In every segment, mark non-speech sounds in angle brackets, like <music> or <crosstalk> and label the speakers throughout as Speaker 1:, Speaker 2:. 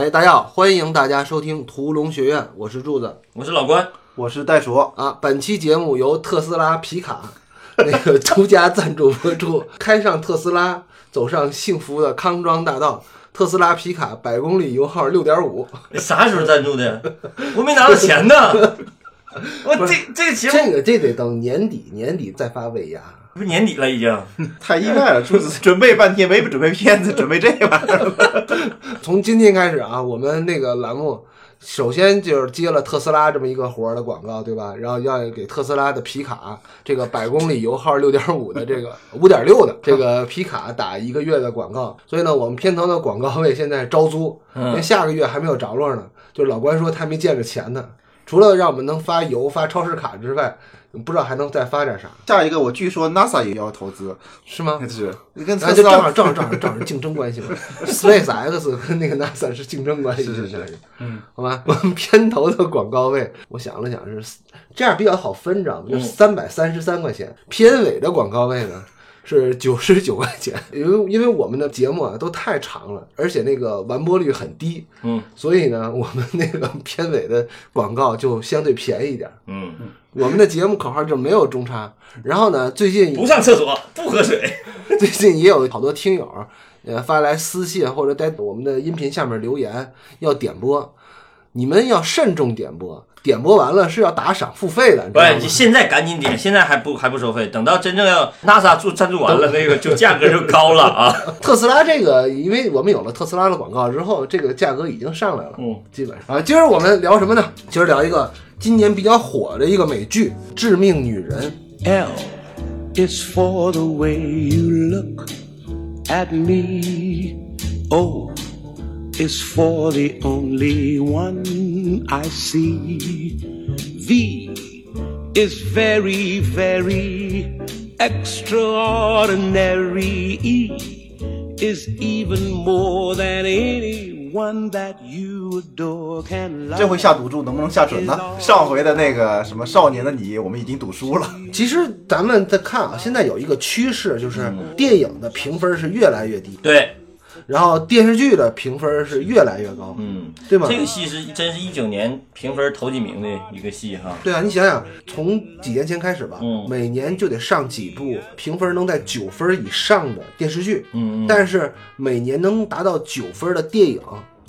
Speaker 1: 哎，大家好，欢迎大家收听《屠龙学院》，我是柱子
Speaker 2: 我是老关，
Speaker 3: 我是袋鼠， <laughs>
Speaker 1: 啊。本期节目由特斯拉皮卡那个独家赞助播出。开上特斯拉，走上幸福的康庄大道。特斯拉皮卡百公里油耗六点五，
Speaker 2: 啥时候赞助的？我没拿到钱 <laughs> 呢。我这这个节目
Speaker 1: 这个这得等年底年底再发尾牙。
Speaker 2: 不是年底了已经，
Speaker 3: 太意外了，准准备半天没准备片子，准备这玩意儿。
Speaker 1: 从今天开始啊，我们那个栏目首先就是接了特斯拉这么一个活儿的广告，对吧？然后要给特斯拉的皮卡这个百公里油耗六点五的这个 <laughs> 五点六的这个皮卡打一个月的广告。所以呢，我们片头的广告位现在招租，因为
Speaker 2: 嗯，
Speaker 1: 下个月还没有着落呢。就是老关说他没见着钱呢，除了让我们能发油、发超市卡之外，不知道还能再发点啥，
Speaker 3: <laughs> 下一个，我据说 NASA 也要投资，
Speaker 1: 是吗？
Speaker 3: 是跟
Speaker 1: 啊，
Speaker 3: 特斯
Speaker 1: 就正
Speaker 3: 拉
Speaker 1: 好正好正好正好是竞争关系嘛，Space X 跟那个 NASA 是竞争关系，
Speaker 3: 是是是
Speaker 1: 对，
Speaker 3: 嗯，
Speaker 1: 好吧，我们片头的广告位，我想了想是这样比较好分，着，啊就
Speaker 2: 嗯
Speaker 1: 三百三十三块钱，片尾的广告位呢。是九十九块钱，因为因为我们的节目啊都太长了，而且那个完播率很低，
Speaker 2: 嗯，
Speaker 1: 所以呢，我们那个片尾的广告就相对便宜一点儿。
Speaker 2: 嗯，
Speaker 1: 我们的节目口号就没有中差，然后呢，最近
Speaker 2: 不上厕所，不喝水，
Speaker 1: <laughs> 最近也有好多听友呃发来私信或者在我们的音频下面留言要点播，你们要慎重点播，点播完了是要打赏付费的，你知
Speaker 2: 不
Speaker 1: 道
Speaker 2: 是，
Speaker 1: 吗
Speaker 2: 你？现在赶紧点，现在还不还不收费，等到真正要 NASA 做赞助完了，那个就价格就高了啊。 <laughs>
Speaker 1: 特斯拉这个，因为我们有了特斯拉的广告之后，这个价格已经上来了，
Speaker 2: 嗯，
Speaker 1: 基本上啊。今儿我们聊什么呢？今儿聊一个今年比较火的一个美剧《致命女人》。
Speaker 4: L is for the way you look at me. O is for the only one I see. V is very, very extraordinary. E is even more than anyone that you adore can love.
Speaker 3: 这回下赌注能不能下准呢？上回的那个什么少年的你，我们已经赌输了。
Speaker 1: 其实咱们在看啊，现在有一个趋势，就是
Speaker 2: 嗯
Speaker 1: 电影的评分是越来越低，
Speaker 2: 对，
Speaker 1: 然后电视剧的评分是越来越高，
Speaker 2: 嗯，
Speaker 1: 对吗？
Speaker 2: 这个戏是真是一九年评分头几名的一个戏哈。
Speaker 1: 对啊，你想想，从几年前开始吧，
Speaker 2: 嗯
Speaker 1: 每年就得上几部评分能在九分以上的电视剧，
Speaker 2: 嗯，嗯
Speaker 1: 但是每年能达到九分的电影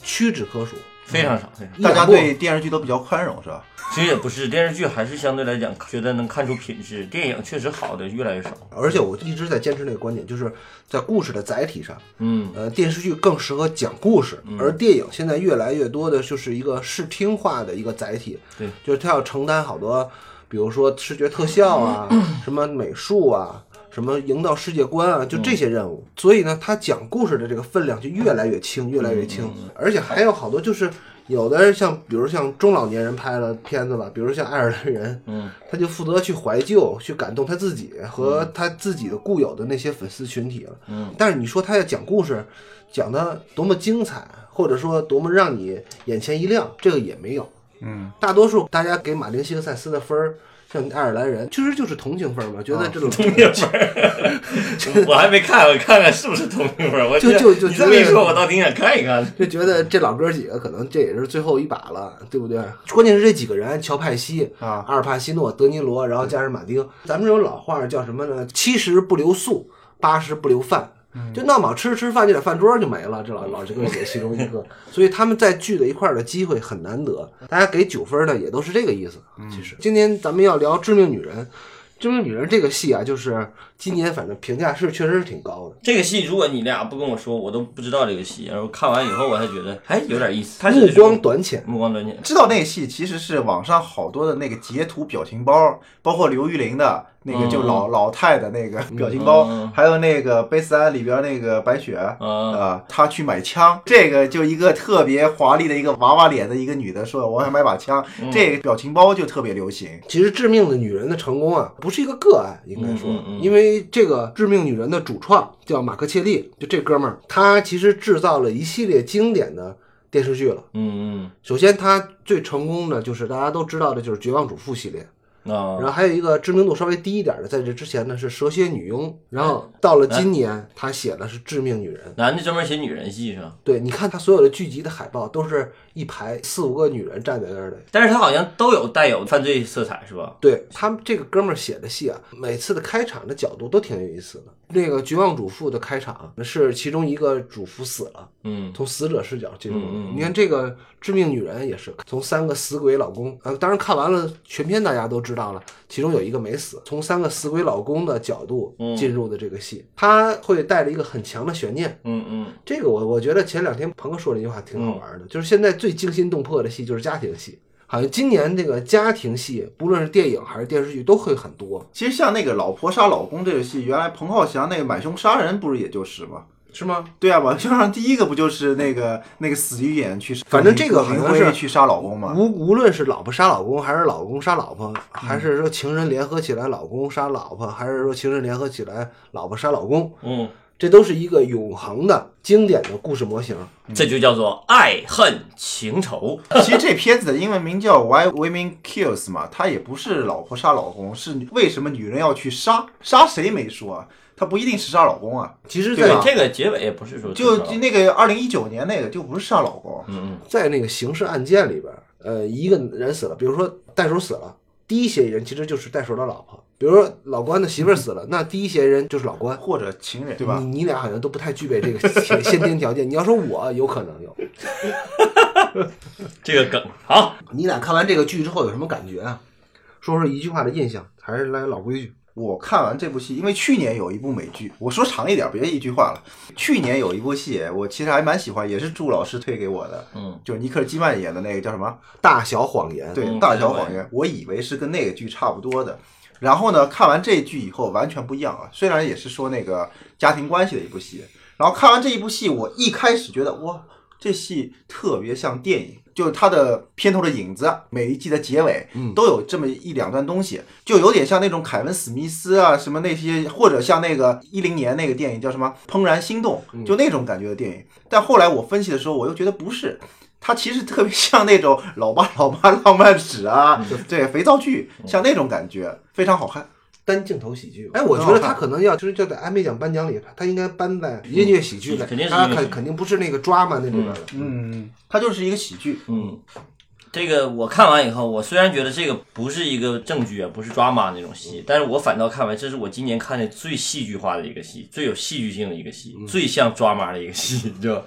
Speaker 1: 屈指可数。
Speaker 2: 非常少，非常少。
Speaker 1: 一
Speaker 3: 大家
Speaker 1: <laughs> 两部
Speaker 3: 对电视剧都比较宽容，是吧？
Speaker 2: 嗯其实也不是，电视剧还是相对来讲，觉得能看出品质。电影确实好的越来越少。
Speaker 1: 而且我一直在坚持那个观点，就是在故事的载体上，
Speaker 2: 嗯，
Speaker 1: 呃，电视剧更适合讲故事，而电影现在越来越多的就是一个视听化的一个载体，
Speaker 2: 对，
Speaker 1: 就是它要承担好多，比如说视觉特效啊，
Speaker 2: 嗯
Speaker 1: 什么美术啊，什么营造世界观啊，就这些任务。所以呢，它讲故事的这个分量就越来越轻，越来越轻，
Speaker 2: 嗯
Speaker 1: 而且还有好多就是。有的像，比如像中老年人拍的片子吧，比如像爱尔兰人，
Speaker 2: 嗯，
Speaker 1: 他就负责去怀旧，去感动他自己和他自己的固有的那些粉丝群体了。
Speaker 2: 嗯，
Speaker 1: 但是你说他要讲故事，讲的多么精彩，或者说多么让你眼前一亮，这个也没有。
Speaker 3: 嗯，
Speaker 1: 大多数大家给马丁·希克塞斯的分儿，像爱尔兰人，其实就是同情分嘛，觉得这种、
Speaker 2: 同性分儿， <laughs> 我还没看，我看看是不是同性分儿。我
Speaker 1: 就就就
Speaker 2: 你这么
Speaker 1: 觉得
Speaker 2: 一说，我倒挺想看一看。
Speaker 1: 就觉得这老哥几个可能这也是最后一把了，对不对？关键是这几个人，乔派西
Speaker 3: 啊
Speaker 1: 阿尔帕西诺、德尼罗，然后加上马丁，咱们这种老话儿叫什么呢？七十不留宿，八十不留饭。就闹卯吃吃饭就在饭桌就没了，这老老这哥几个其中一个，所以他们在聚在一块儿的机会很难得。大家给九分的也都是这个意思。其实今天咱们要聊《致命女人》，《致命女人》这个戏啊，就是今年反正评价是确实是挺高的。
Speaker 2: 这个戏，如果你俩不跟我说，我都不知道这个戏。然后看完以后，我还觉得还有点意思。它
Speaker 1: 目
Speaker 2: 是
Speaker 1: 光短浅，
Speaker 2: 目光短浅，
Speaker 3: 知道那个戏其实是网上好多的那个截图表情包，包括刘玉玲的那
Speaker 1: 嗯
Speaker 3: 个就老、老太的那个表情包，
Speaker 2: 嗯
Speaker 3: 还有那个《悲三》里边那个白雪，啊、
Speaker 2: 嗯
Speaker 3: 她去买枪，这个就一个特别华丽的一个娃娃脸的一个女的说我想买把枪，
Speaker 1: 嗯
Speaker 3: 这个表情包就特别流行。
Speaker 1: 其实《致命的女人》的成功啊，不是一个个案，应该说，
Speaker 2: 嗯嗯嗯
Speaker 1: 因为这个《致命女人》的主创叫马克切利，就这哥们儿，他其实制造了一系列经典的电视剧了。
Speaker 2: 嗯嗯，
Speaker 1: 首先，他最成功的就是大家都知道的，就是《绝望主妇》系列，
Speaker 2: 啊
Speaker 1: 然后还有一个知名度稍微低一点的，在这之前呢是《蛇蝎女佣》，然后到了今
Speaker 2: 哎
Speaker 1: 年，他写的是《致命女人》。
Speaker 2: 男的专门写女人戏是吧？
Speaker 1: 对，你看他所有的剧集的海报都是一排四五个女人站在那儿的。
Speaker 2: 但是他好像都有带有犯罪色彩是吧？
Speaker 1: 对他们这个哥们儿写的戏啊，每次的开场的角度都挺有意思的。那个《绝望主妇》的开场啊是其中一个主妇死了，
Speaker 2: 嗯，
Speaker 1: 从死者视角进入。
Speaker 2: 嗯嗯嗯
Speaker 1: 你看这个《致命女人》也是从三个死鬼老公，呃，当然看完了全篇大家都知道了，其中有一个没死，从三个死鬼老公的角度
Speaker 2: 嗯
Speaker 1: 进入的这个戏，他会带着一个很强的悬念。
Speaker 2: 嗯嗯，
Speaker 1: 这个我我觉得前两天鹏哥说了一句话挺
Speaker 3: 嗯
Speaker 1: 好玩的，就是现在最惊心动魄的戏就是家庭戏。好像今年这个家庭戏，不论是电影还是电视剧，都会很多，
Speaker 3: 其实像那个《老婆杀老公》这个戏，原来彭浩翔那个买凶杀人不是也就是吗？
Speaker 1: 是吗？
Speaker 3: 对啊，网球上第一个不就是那个那个死鱼眼去，
Speaker 1: 反正这个好像
Speaker 3: 林
Speaker 1: 是
Speaker 3: 辉去杀老公嘛。
Speaker 1: 无无论是老婆杀老公，还是老公杀老婆，还是
Speaker 3: 嗯
Speaker 1: 说情人联合起来老公杀老婆，还是说情人联合起来老婆杀老公，
Speaker 2: 嗯，
Speaker 1: 这都是一个永恒的经典的故事模型。
Speaker 2: 这就叫做爱恨情仇。
Speaker 3: <laughs> 其实这片子的英文名叫《Why Women Kills》嘛，它也不是老婆杀老公，是为什么女人要去杀？杀谁没说啊？它不一定是杀老公啊，
Speaker 1: 其实
Speaker 3: 对
Speaker 1: 在
Speaker 3: 吧
Speaker 2: 这个结尾也不是说
Speaker 3: 就
Speaker 2: 情仇
Speaker 3: 就那个二零一九年那个就不是杀老公，
Speaker 2: 嗯
Speaker 1: 在那个刑事案件里边，呃，一个人死了，比如说袋鼠死了，第一嫌疑人其实就是袋鼠的老婆；比如说老关的媳妇儿死了，那第一嫌疑人就是老关。
Speaker 3: 或者情人，对吧？
Speaker 1: 你你俩好像都不太具备这个先 <laughs> 先天条件。你要说我有可能有，
Speaker 2: 嗯，这个梗好，
Speaker 1: 你俩看完这个剧之后有什么感觉啊？说说一句话的印象，还是来老规矩。
Speaker 3: 我看完这部戏，因为去年有一部美剧，我说长一点，别一句话了。去年有一部戏，我其实还蛮喜欢，也是朱老师推给我的，
Speaker 2: 嗯，
Speaker 3: 就是尼克尔基曼演的那个叫什么？
Speaker 1: 大小谎言，
Speaker 3: 对，
Speaker 2: 嗯
Speaker 3: 《大小谎言》，我以为是跟那个剧差不多的。然后呢，看完这剧以后完全不一样啊！虽然也是说那个家庭关系的一部戏，然后看完这一部戏，我一开始觉得哇，这戏特别像电影，就是它的片头的影子，啊每一季的结尾都有这么一两段东西，就有点像那种凯文·史密斯啊，什么那些，或者像那个一零年那个电影叫什么《怦然心动》，就那种感觉的电影。但后来我分析的时候，我又觉得不是，它其实特别像那种老爸老妈浪漫史啊，对，肥皂剧，像那种感觉，非常好看。
Speaker 1: 单镜头喜剧。哎，我觉得他可能要就是就在艾美奖颁奖里，他应该颁在音乐喜剧类，
Speaker 2: 嗯肯定是
Speaker 1: 他
Speaker 2: 音乐喜
Speaker 1: 肯
Speaker 2: 剧
Speaker 1: 肯定不是那个 drama 那里边的。
Speaker 3: 嗯，它就是一个喜剧。
Speaker 2: 嗯。这个我看完以后，我虽然觉得这个不是一个正剧啊，不是 drama 那种
Speaker 1: 嗯
Speaker 2: 戏，但是我反倒看完，这是我今年看的最戏剧化的一个戏，最有戏剧性的一个
Speaker 1: 嗯
Speaker 2: 戏，最像 drama 的一个戏， <laughs> 就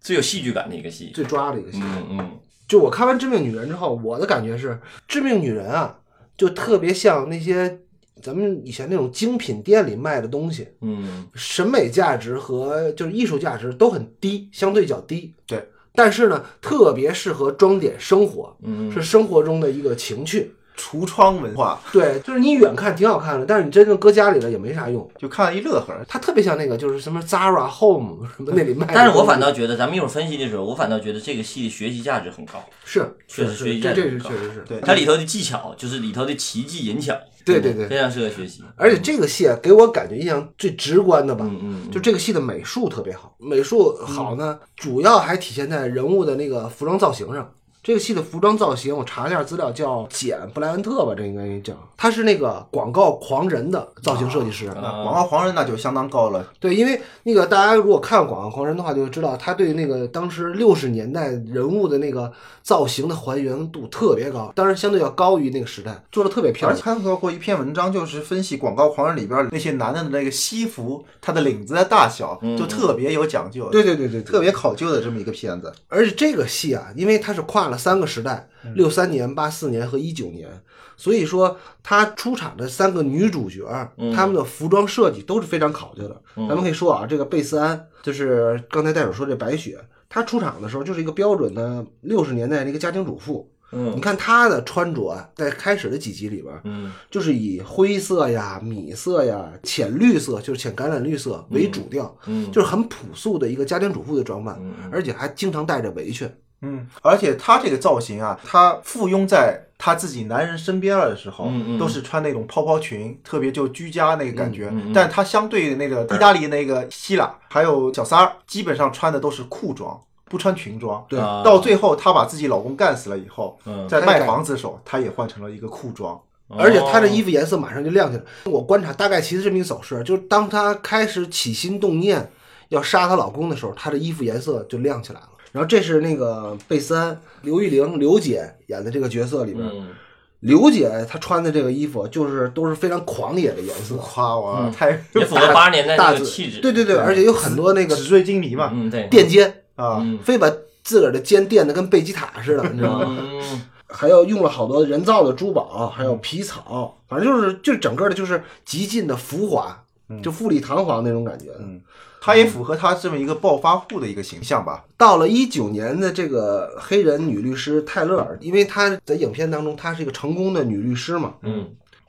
Speaker 2: 最有戏剧感的一个戏。
Speaker 1: 最抓的一个戏。
Speaker 2: 嗯嗯
Speaker 1: 就我看完《致命女人》之后，我的感觉是，《致命女人》啊，就特别像那些咱们以前那种精品店里卖的东西，
Speaker 2: 嗯
Speaker 1: 审美价值和就是艺术价值都很低，相对较低。
Speaker 3: 对，
Speaker 1: 但是呢，特别适合装点生活，
Speaker 2: 嗯，
Speaker 1: 是生活中的一个情趣。
Speaker 3: 橱窗文化
Speaker 1: 对，就是你远看挺好看的，但是你真正搁家里了也没啥用。
Speaker 3: 就看了一乐呵，
Speaker 1: 它特别像那个，就是什么 Zara Home 什么那里卖的东西。
Speaker 2: 但是我反倒觉得，咱们一会儿分析的时候，我反倒觉得这个戏的学习价值很高，
Speaker 1: 是
Speaker 2: 确实
Speaker 1: 是
Speaker 2: 学
Speaker 1: 是
Speaker 2: 习
Speaker 1: 这
Speaker 2: 价
Speaker 1: 这
Speaker 2: 值
Speaker 1: 是
Speaker 2: 很高
Speaker 1: 确实是
Speaker 3: 对
Speaker 2: 它里头的技巧就是里头的奇技淫巧，
Speaker 1: 对对对
Speaker 2: 非常适合学习。
Speaker 1: 而且这个戏啊，给我感觉印象最直观的吧，
Speaker 2: 嗯嗯嗯嗯
Speaker 1: 就这个戏的美术特别好。美术好呢，主要还体现在人物的那个服装造型上。这个戏的服装造型，我查了一下资料，叫简·布莱恩特吧，这应该叫，他是那个广告狂人的造型设计师。
Speaker 2: 啊
Speaker 3: 那广告黄人那就相当高了。
Speaker 1: 对，因为那个大家如果看过《广告狂人》的话，就知道他对那个当时六十年代人物的那个造型的还原度特别高，当然相对要高于那个时代，做的特别漂
Speaker 3: 而
Speaker 1: 亮
Speaker 3: 且。看到过一篇文章，就是分析《广告狂人》里边那些男的的那个西服，它的领子的大小就特别有讲究，
Speaker 1: 对对对对，对
Speaker 3: 特别考究的这么一个片子。
Speaker 1: 而且这个戏啊，因为它是跨了三个时代，六三年、八四年和一九年，所以说它出场的三个女主角，
Speaker 2: 嗯
Speaker 1: 她们的服装设计都是非常考究的。咱们可以说啊，这个贝斯安就是刚才袋鼠说这白雪，她出场的时候就是一个标准的六十年代的一个家庭主妇。你
Speaker 2: 嗯
Speaker 1: 看她的穿着啊，在开始的几集里边，
Speaker 2: 嗯
Speaker 1: 就是以灰色呀、米色呀、浅绿色，就是浅橄榄绿色为主调，
Speaker 2: 嗯
Speaker 1: 就是很朴素的一个家庭主妇的装扮，
Speaker 2: 嗯
Speaker 1: 而且还经常带着围裙。
Speaker 3: 嗯，而且他这个造型啊，他附庸在他自己男人身边了的时候，
Speaker 2: 嗯嗯
Speaker 3: 都是穿那种泡泡裙，特别就居家那个感觉。
Speaker 2: 嗯嗯
Speaker 3: 但他相对那个意大利那个希腊还有小三儿，基本上穿的都是裤装，不穿裙装。
Speaker 1: 对
Speaker 2: 啊
Speaker 3: 到最后，她把自己老公干死了以后，
Speaker 2: 嗯
Speaker 3: 在卖房子的时候，她也换成了一个裤装。
Speaker 1: 而且
Speaker 2: 哦
Speaker 1: 他这衣服颜色马上就亮起来。我观察大概其实这么一个走势，就是当她开始起心动念要杀她老公的时候，她的衣服颜色就亮起来了。然后这是那个贝三刘玉玲刘姐演的这个角色里边，
Speaker 2: 嗯，
Speaker 1: 刘姐她穿的这个衣服就是都是非常狂野的颜色，
Speaker 3: 夸我太
Speaker 2: 嗯也符合八十年代
Speaker 1: 大
Speaker 2: 那个
Speaker 1: 紫
Speaker 2: 气质。
Speaker 1: 对对对，而且有很多那个
Speaker 3: 纸醉金迷嘛
Speaker 2: 嗯，对，
Speaker 1: 垫肩，
Speaker 3: 啊，
Speaker 2: 嗯
Speaker 1: 非把自个儿的肩垫的跟贝吉塔似的，你知道吗？
Speaker 2: 嗯，
Speaker 1: 还有用了好多人造的珠宝，还有皮草，反正就是就整个的就是极尽的浮华，就富丽堂皇那种感觉。
Speaker 3: 他
Speaker 2: 嗯
Speaker 3: 也符合他这么一个暴发户的一个形象吧。
Speaker 1: 到了一九年的这个黑人女律师泰勒尔，因为她在影片当中她是一个成功的女律师嘛，
Speaker 2: 嗯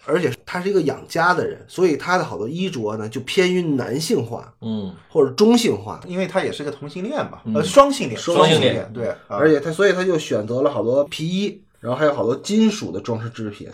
Speaker 1: 而且她是一个养家的人，所以她的好多衣着呢就偏于男性化
Speaker 2: 嗯
Speaker 1: 或者中性化，
Speaker 3: 因为他也是个同性恋嘛，
Speaker 2: 嗯
Speaker 3: 呃，双性恋，
Speaker 1: 双
Speaker 3: 双
Speaker 2: 性
Speaker 3: 恋，
Speaker 2: 恋嗯
Speaker 3: 对，啊
Speaker 1: 而且他，所以他就选择了好多皮衣，然后还有好多金属的装饰制品，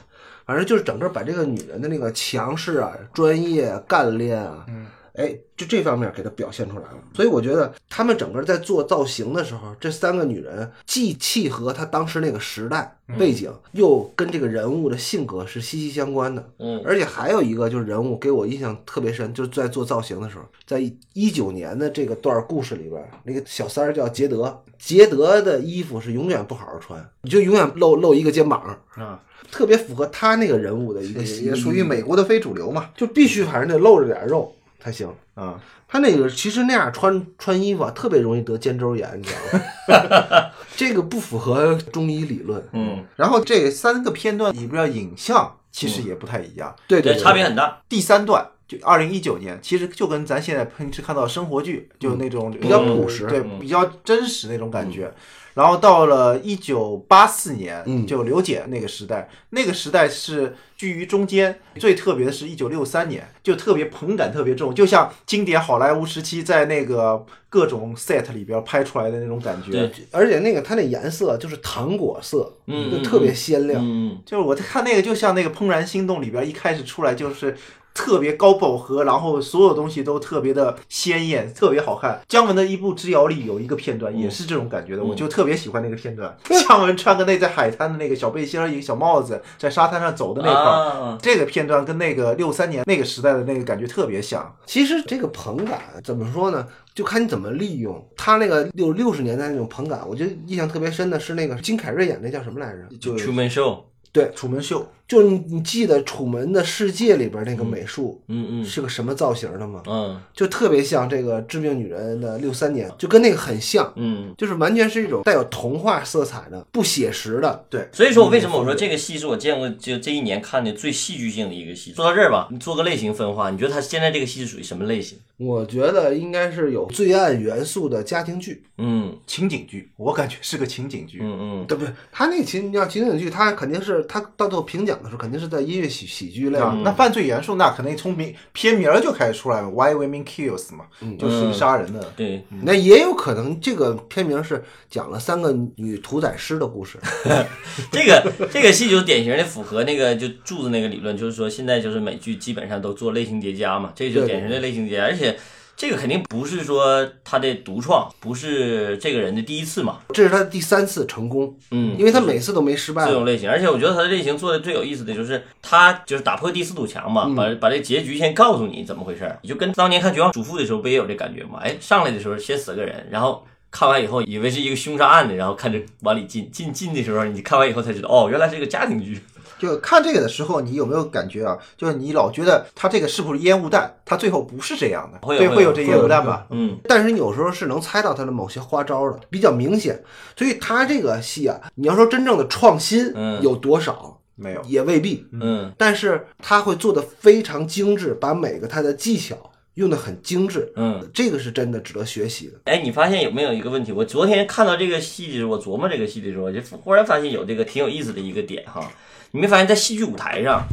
Speaker 1: 反正就是整个把这个女人的那个强势啊、专业、干练啊，哎，就这方面给她表现出来了。所以我觉得他们整个在做造型的时候，这三个女人既契合她当时那个时代背景，又跟这个人物的性格是息息相关的。
Speaker 2: 嗯，
Speaker 1: 而且还有一个就是人物给我印象特别深，就是在做造型的时候，在一九年的这个段儿故事里边儿，那个小三儿叫杰德，杰德的衣服是永远不好好穿，你就永远露露一个肩膀，
Speaker 3: 啊，
Speaker 1: 特别符合他那个人物的一个，
Speaker 3: 也也属于美国的非主流嘛，
Speaker 1: 就必须反正得露着点肉才行。
Speaker 3: 啊，
Speaker 1: 他那个其实那样穿穿衣服啊，特别容易得肩周炎，你知道吗？
Speaker 3: <laughs>
Speaker 1: 这个不符合中医理论。
Speaker 2: 嗯，
Speaker 3: 然后这三个片段里边的影像其实也不太一样。
Speaker 1: 对
Speaker 2: 对，
Speaker 1: 对，
Speaker 2: 差别很大。
Speaker 3: 第三段就二零一九年，其实就跟咱现在平时看到生活剧就那种比
Speaker 1: 比较朴实
Speaker 3: 对，比较真实那种感觉。然后到了一九八四年，
Speaker 1: 嗯
Speaker 3: 就刘姐那个时代，那个时代是居于中间。最特别的是，一九六三年就特别捧感特别重，就像经典好莱坞时期在那个各种 set 里边拍出来的那种感觉
Speaker 2: 对。
Speaker 1: 而且那个他那颜色就是糖果色，
Speaker 2: 嗯
Speaker 1: 就特别鲜亮。
Speaker 2: 嗯，
Speaker 3: 就是我看那个，就像那个《怦然心动》里边一开始出来就是特别高饱和，然后所有东西都特别的鲜艳，特别好看。姜文的《一步之遥》里有一个片
Speaker 2: 嗯
Speaker 3: 段也是这种感觉的，我就特别喜欢那个片段。姜文穿个那在海滩的那个小背心儿，一个小帽子，在沙滩上走的那块儿。
Speaker 2: 啊，
Speaker 3: 这个片段跟那个六三年那个时代的那个感觉特别像，
Speaker 1: 其实这个捧感怎么说呢？就看你怎么利用。他那个六六十年代那种捧感，我觉得印象特别深的是那个金凯瑞演那叫什么来着？
Speaker 3: 就
Speaker 2: 出
Speaker 3: 《
Speaker 2: 门秀，
Speaker 3: 楚门秀》
Speaker 1: 就是你你记得《楚门的世界》里边那个美术
Speaker 2: 嗯嗯
Speaker 1: 是个什么造型的吗？
Speaker 2: 嗯
Speaker 1: 就特别像这个《致命女人》的六三年，就跟那个很像，
Speaker 2: 嗯。
Speaker 1: 就是完全是一种带有童话色彩的、不写实的。
Speaker 2: 所以说我为什么我说这个戏是我见过就这一年看的最戏剧性的一个戏。说到这儿吧，你做个类型分化，你觉得它现在这个戏是属于什么类型？
Speaker 1: 我觉得应该是有罪案元素的家庭剧。
Speaker 2: 嗯
Speaker 3: 情景剧，我感觉是个情景剧。
Speaker 2: 嗯嗯，
Speaker 1: 对不对？他那情你要情景剧，他肯定是他到最后评奖的时候，肯定是在音乐喜喜剧类。
Speaker 2: 嗯
Speaker 3: 啊，那犯罪元素那肯定从名片名儿就开始出来了，Why Women Kills 嘛，
Speaker 2: 嗯
Speaker 3: 就是个杀人的。
Speaker 2: 对，
Speaker 1: 那也有可能，这个片名是讲了三个女屠宰师的故事。
Speaker 2: <laughs> 这个这个戏就典型的符合那个就柱子那个理论，就是说现在就是美剧基本上都做类型叠加嘛，这就是典型的类型叠加，而且这个肯定不是说他的独创，不是这个人的第一次嘛，
Speaker 1: 这是他第三次成功，
Speaker 2: 嗯，
Speaker 1: 因为他每次都没失败
Speaker 2: 这。种类型，而且我觉得他的类型做的最有意思的就是他就是打破第四堵墙嘛，把把这结局先告诉你怎么回事儿，你就跟当年看《绝望主妇》的时候不也有这感觉吗？哎，上来的时候先死个人，然后。看完以后，以为是一个凶杀案的，然后看着往里进，进进的时候，你看完以后才知道，哦，原来是一个家庭剧。
Speaker 3: 就看这个的时候，你有没有感觉啊？就是你老觉得它这个是不是烟雾弹？它最后不是这样的，
Speaker 2: 会有
Speaker 3: 对，
Speaker 2: 会有
Speaker 3: 会有这烟雾弹吧？
Speaker 2: 嗯
Speaker 1: 但是你有时候是能猜到他的某些花招的，比较明显。所以他这个戏啊，你要说真正的创新
Speaker 2: 嗯
Speaker 1: 有多少，
Speaker 3: 没有，
Speaker 1: 也未必。
Speaker 2: 嗯，
Speaker 1: 但是他会做的非常精致，把每个他的技巧用的很精致。
Speaker 2: 嗯，
Speaker 1: 这个是真的值得学习的。
Speaker 2: 哎，你发现有没有一个问题？我昨天看到这个戏的时候，我琢磨这个戏的时候，我就忽然发现有这个挺有意思的一个点哈。你没发现，在戏剧舞台上，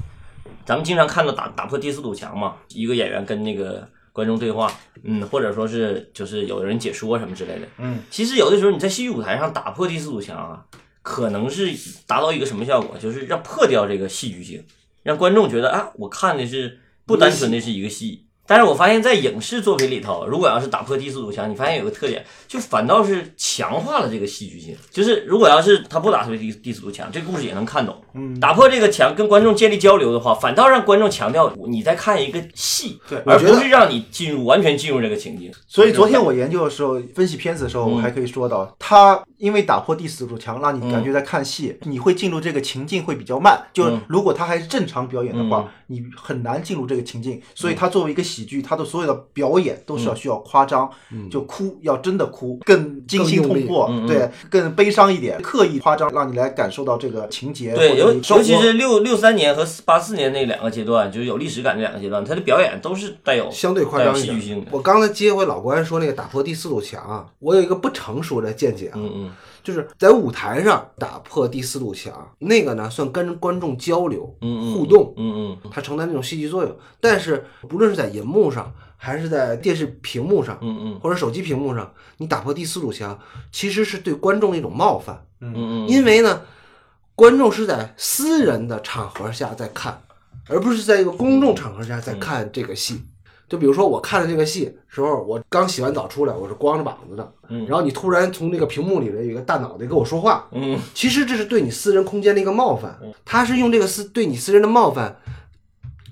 Speaker 2: 咱们经常看到打打破第四堵墙嘛，一个演员跟那个观众对话，嗯，或者说是就是有人解说什么之类的，
Speaker 3: 嗯，
Speaker 2: 其实有的时候你在戏剧舞台上打破第四堵墙啊，可能是达到一个什么效果，就是让破掉这个戏剧性，让观众觉得啊，我看的是不单纯的是一个戏，但是我发现，在影视作品里头，如果要是打破第四堵墙，你发现有个特点，就反倒是强化了这个戏剧性。就是如果要是他不打破第第四堵墙，这个故事也能看懂。嗯，打破这个墙，跟观众建立交流的话，反倒让观众强调你在看一个戏，
Speaker 3: 对
Speaker 2: 而
Speaker 3: 我觉得
Speaker 2: 不是让你进入完全进入这个情境。
Speaker 3: 所以昨天我研究的时候，分析片子的时候，
Speaker 2: 嗯
Speaker 3: 我还可以说到，它因为打破第四堵墙，让你感觉在看戏，你会进入这个情境会比较慢。就
Speaker 2: 嗯
Speaker 3: 如果它还是正常表演的话，你很难进入这个情境。
Speaker 2: 嗯
Speaker 3: 所以它作为一个喜剧，它的所有的表演都是要需要夸张，
Speaker 2: 嗯
Speaker 3: 就哭要真的哭，更惊心
Speaker 1: 更用
Speaker 3: 动
Speaker 1: 力
Speaker 3: 魄，对，更悲伤一点，刻意夸张，让你来感受到这个情节。
Speaker 2: 对，
Speaker 3: 哎或
Speaker 2: 尤
Speaker 3: 者你生
Speaker 2: 尤其
Speaker 3: 活
Speaker 2: 是六六三年和八四年那两个阶段，就是有历史感这两个阶段，他的表演都是带有
Speaker 1: 相对夸张一
Speaker 2: 带有戏剧
Speaker 1: 点
Speaker 2: 性。的。
Speaker 1: 我刚才接回老关说那个打破第四堵墙啊，我有一个不成熟的见解啊，
Speaker 2: 嗯嗯
Speaker 1: 就是在舞台上打破第四堵墙，那个呢算跟观众交流、
Speaker 2: 嗯嗯，
Speaker 1: 互动，
Speaker 2: 嗯嗯
Speaker 1: 它承担那种戏剧作用。但是不论是在银幕上，还是在电视屏幕上，
Speaker 2: 嗯嗯
Speaker 1: 或者手机屏幕上，你打破第四堵墙，其实是对观众的一种冒犯，
Speaker 2: 嗯嗯嗯，
Speaker 1: 因为呢，观众是在私人的场合下在看，而不是在一个公众场合下在看这个戏。就比如说我看了这个戏时候，我刚洗完澡出来，我是光着膀子的，
Speaker 2: 嗯
Speaker 1: 然后你突然从那个屏幕里的有一个大脑袋跟我说话，
Speaker 2: 嗯
Speaker 1: 其实这是对你私人空间的一个冒犯，他嗯是用这个私对你私人的冒犯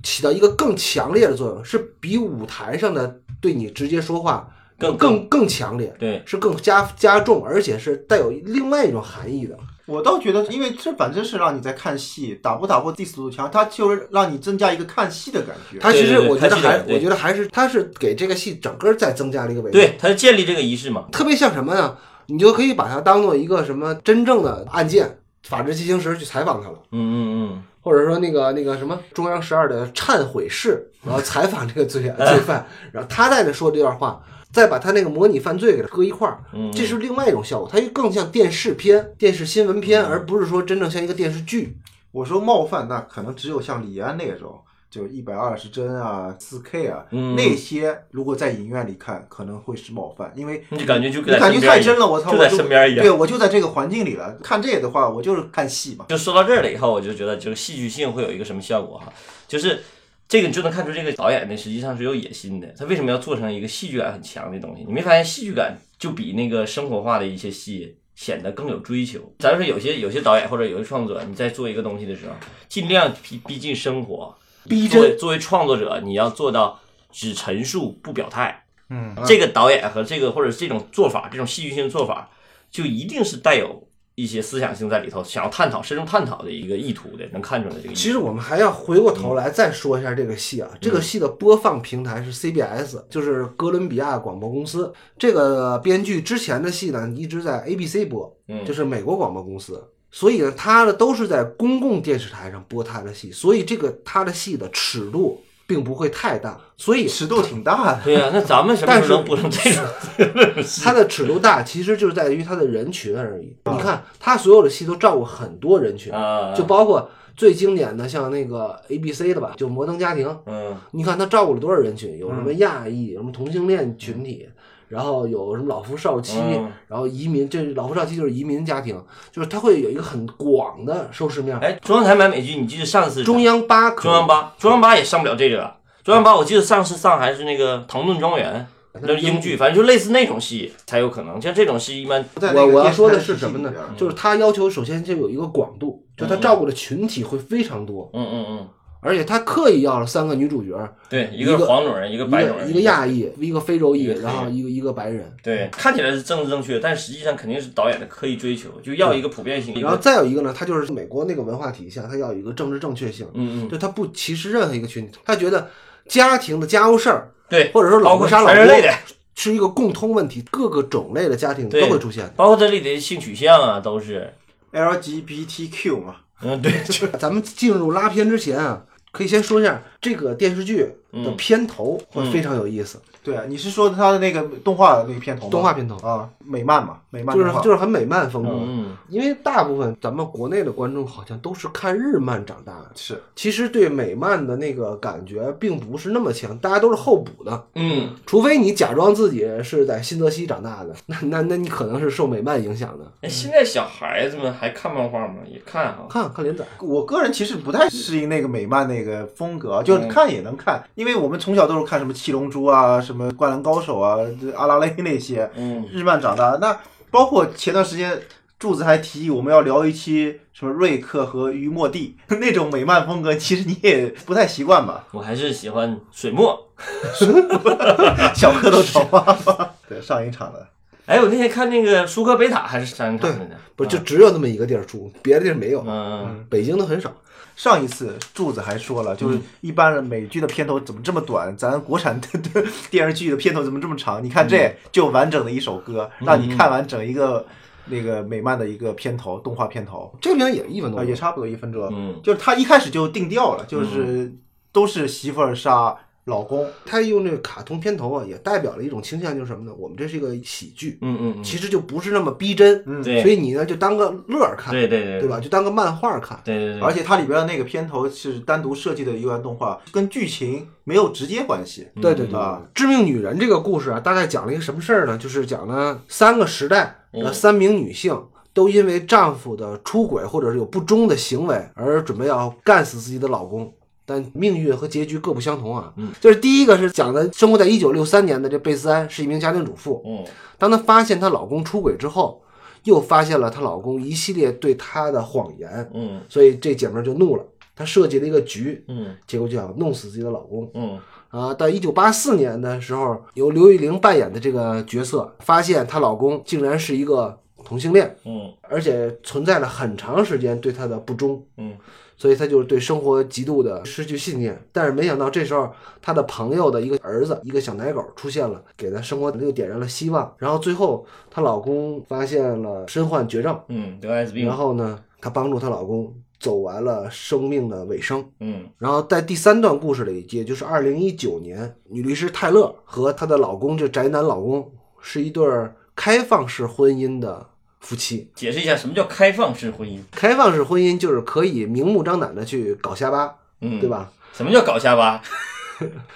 Speaker 1: 起到一个更强烈的作用，是比舞台上的对你直接说话
Speaker 2: 更
Speaker 1: 更更强烈，
Speaker 2: 对，
Speaker 1: 是更加加重，而且是带有另外一种含义的。
Speaker 3: 我倒觉得，因为这反正是让你在看戏，打不打破第四堵墙，它就是让你增加一个看戏的感觉。
Speaker 1: 他其实
Speaker 2: 对对
Speaker 1: 我觉得
Speaker 2: 他记得
Speaker 1: 还，
Speaker 2: 对
Speaker 1: 我觉得还是他是给这个戏整个再增加了一个维度，
Speaker 2: 对，他是建立这个仪式嘛。
Speaker 1: 特别像什么呢？你就可以把它当做一个什么真正的案件，法制进行时去采访他了。
Speaker 2: 嗯嗯
Speaker 1: 或者说那个那个什么中央十二的忏悔室，然后采访这个
Speaker 2: <laughs>
Speaker 1: 罪罪犯，然后他在这说这段话，再把他那个模拟犯罪给他搁一块儿，
Speaker 2: 嗯
Speaker 1: 这是另外一种效果，它就更像电视片、电视新闻
Speaker 2: 嗯
Speaker 1: 片，而不是说真正像一个电视剧。
Speaker 3: 我说冒犯，那可能只有像李安那种，就一百二十帧啊、四 K 啊、
Speaker 2: 嗯
Speaker 3: 那些，如果在影院里看，可能会是冒犯，因为
Speaker 2: 嗯，你感觉就
Speaker 3: 你感觉太真了，我操，
Speaker 2: 就
Speaker 3: 我
Speaker 2: 在身边一样
Speaker 3: 对，。我就在这个环境里了。看这个的话，我就是看戏嘛。
Speaker 2: 就说到这儿了以后，我就觉得这个戏剧性会有一个什么效果哈，就是这个你就能看出这个导演呢实际上是有野心的，他为什么要做成一个戏剧感很强的东西？你没发现戏剧感就比那个生活化的一些戏显得更有追求？咱说有些有些导演或者有些创作者，你在做一个东西的时候，尽量逼逼近生活，
Speaker 1: 逼
Speaker 2: 作为
Speaker 1: 真，
Speaker 2: 作为创作者，你要做到只陈述不表态。嗯，这个导演和这个或者这种做法，这种戏剧性做法，就一定是带有一些思想性在里头，想要探讨、深入探讨的一个意图的，能看出来这个意
Speaker 1: 其
Speaker 2: 图。
Speaker 1: 实我们还要回过头来再说一下这个戏啊，这个戏的播放平台是 CBS，就是哥伦比亚广播公司。这个编剧之前的戏呢一直在 ABC 播，
Speaker 2: 嗯
Speaker 1: 就是美国广播公司。所以呢，他呢都是在公共电视台上播他的戏，所以这个他的戏的尺度并不会太大，所以
Speaker 3: 尺度挺
Speaker 1: <laughs>
Speaker 3: 大的，
Speaker 2: 对呀、那咱们什么
Speaker 1: 但
Speaker 2: 时
Speaker 1: 是
Speaker 2: 候能播成这种？
Speaker 1: 它的尺度大，其实就是在于它的人群而已。你看，他所有的戏都照顾很多人群，
Speaker 2: 啊，
Speaker 1: 就包括最经典的像那个 ABC 的吧，就《摩登家庭》，
Speaker 2: 嗯
Speaker 1: 你看他照顾了多少人群？有什么亚裔，有什么同性恋群体，然后有什么老夫少妻，
Speaker 2: 嗯
Speaker 1: 然后移民，这老夫少妻就是移民家庭，就是他会有一个很广的收视面。
Speaker 2: 哎，中央台买美剧，你记得上次
Speaker 1: 中央八可以
Speaker 2: 中央八，中央八也上不了这个了。中央八，我记得上次上还是那个《唐顿庄园》，
Speaker 1: 嗯
Speaker 2: 那是英剧，反正就类似那种戏才有可能。像这种戏一般
Speaker 3: 在那
Speaker 1: 我
Speaker 3: 个
Speaker 1: 我
Speaker 3: 电
Speaker 1: 要
Speaker 3: 视
Speaker 1: 说的
Speaker 3: 台
Speaker 1: 是
Speaker 3: 体系
Speaker 1: 什么
Speaker 3: 里
Speaker 1: 呢
Speaker 3: 边？
Speaker 2: 嗯
Speaker 1: 就是它要求首先就有一个广度，就它照顾的群体会非常多，
Speaker 2: 嗯嗯嗯，
Speaker 1: 而且它刻意要了三个女主角，
Speaker 2: 对，一个
Speaker 1: 一个
Speaker 2: 是黄种人，一个
Speaker 1: 一
Speaker 2: 白种
Speaker 1: 个
Speaker 2: 人，
Speaker 1: 一个亚裔，一个非洲裔，
Speaker 2: 一个黑人
Speaker 1: 然后一个一个白人，
Speaker 2: 对，看起来是政治正确，但实际上肯定是导演的刻意追求，就要一个普遍性。一
Speaker 1: 嗯然后
Speaker 2: 个
Speaker 1: 再有一个呢，它就是美国那个文化体系下，它要有一个政治正确性，
Speaker 2: 嗯嗯，
Speaker 1: 就他不歧视任何一个群体，他觉得家庭的家务事儿
Speaker 2: 对，
Speaker 1: 或者说老婆
Speaker 2: 包括
Speaker 1: 杀老
Speaker 2: 全人类的
Speaker 1: 婆，是一个共通问题，各个种类的家庭都
Speaker 2: 对
Speaker 1: 会出现。
Speaker 2: 包括这里的性取向啊，都是，
Speaker 3: LGBTQ 嘛，
Speaker 1: <laughs>
Speaker 2: 嗯，对，
Speaker 1: 咱们进入拉片之前啊，可以先说一下这个电视剧
Speaker 2: 嗯
Speaker 1: 的片头会非常有意思，
Speaker 3: 对啊，你是说它的那个动画那个片头吗？
Speaker 1: 动画片头
Speaker 3: 啊，美漫嘛，美漫
Speaker 1: 就是
Speaker 3: 动画
Speaker 1: 就是很美漫风格。
Speaker 2: 嗯，
Speaker 1: 因为大部分咱们国内的观众好像都是看日漫长大的，
Speaker 3: 是
Speaker 1: 其实对美漫的那个感觉并不是那么强，大家都是后补的。
Speaker 2: 嗯，
Speaker 1: 除非你假装自己是在新泽西长大的，那那那你可能是受美漫影响的。
Speaker 2: 哎现在小孩子们还看漫画吗？也看哈、
Speaker 1: 嗯看看连载，
Speaker 3: 我个人其实不太适应那个美漫那个风格，就是看也能看，因为我们从小都是看什么《七龙珠》啊，什么《灌篮高手》啊，这阿拉蕾那些
Speaker 2: 嗯，
Speaker 3: 日漫长大。那包括前段时间柱子还提议我们要聊一期什么瑞克和于墨地 <laughs> 那种美漫风格，其实你也不太习惯吧？ <laughs>
Speaker 2: 我还是喜欢水墨。
Speaker 3: 小蝌蚪找妈妈，对，上一场的。
Speaker 2: 哎，我那天看那个舒克贝塔还是山场的呢，
Speaker 1: 不是就只有那么一个地儿住，别的地儿没有，
Speaker 2: 嗯，
Speaker 1: 北京的很少。
Speaker 3: 上一次柱子还说了，就是一般的美剧的片头怎么这么短，咱国产的电视剧的片头怎么这么长？你看
Speaker 2: 嗯
Speaker 3: 这就完整的一首歌，让你看完整一个那个美漫的一个片头，动画片头
Speaker 1: 这边也一分
Speaker 3: 啊，
Speaker 1: 多
Speaker 3: 也
Speaker 1: 钟，
Speaker 3: 差不多一分钟。
Speaker 2: 嗯
Speaker 3: 就是他一开始就定调了，就是都是媳妇儿杀老公，
Speaker 1: 他用这个卡通片头啊，也代表了一种倾向，就是什么呢？我们这是一个喜剧，
Speaker 2: 嗯嗯
Speaker 1: 其实就不是那么逼真，
Speaker 2: 嗯，
Speaker 1: 所
Speaker 2: 对
Speaker 1: 以你呢就当个乐儿看，
Speaker 2: 对对对
Speaker 1: 对吧？就当个漫画看。
Speaker 2: 对对对，
Speaker 3: 而且它里边的那个片头是单独设计的一段动画，跟剧情没有直接关系。
Speaker 2: 嗯
Speaker 1: 对对对
Speaker 3: 啊，
Speaker 1: 致命女人这个故事啊，大概讲了一个什么事儿呢？就是讲了三个时代，呃，三名女性都因为丈夫的出轨或者是有不忠的行为而准备要干死自己的老公。但命运和结局各不相同啊！就是第一个是讲的生活在一九六三年的这贝斯啊安是一名家庭主妇，
Speaker 2: 嗯
Speaker 1: 当她发现她老公出轨之后，又发现了她老公一系列对她的谎言，
Speaker 2: 嗯
Speaker 1: 所以这姐们儿就怒了，她设计了一个局，
Speaker 2: 嗯
Speaker 1: 结果就想弄死自己的老公。
Speaker 2: 嗯
Speaker 1: 啊，到一九八四年的时候，由刘玉玲扮演的这个角色发现她老公竟然是一个同性恋，
Speaker 2: 嗯
Speaker 1: 而且存在了很长时间对她的不忠，
Speaker 2: 嗯，
Speaker 1: 所以她就是对生活极度的失去信念。但是没想到这时候，她的朋友的一个儿子，一个小奶狗出现了，给她生活又点燃了希望。然后最后，她老公发现了身患绝症，
Speaker 2: 嗯，得艾滋病
Speaker 1: 然，后呢，她帮助她老公走完了生命的尾声。
Speaker 2: 嗯
Speaker 1: 然后在第三段故事里，也就是二零一九年，女律师泰勒和她的老公这宅男老公是一对儿开放式婚姻的夫妻。
Speaker 2: 解释一下什么叫开放式婚姻，
Speaker 1: 开放式婚姻就是可以明目张胆的去搞瞎吧，
Speaker 2: 嗯，
Speaker 1: 对？吧？
Speaker 2: 什么叫搞
Speaker 1: <laughs>
Speaker 2: 瞎吧？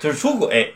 Speaker 2: 就是出轨，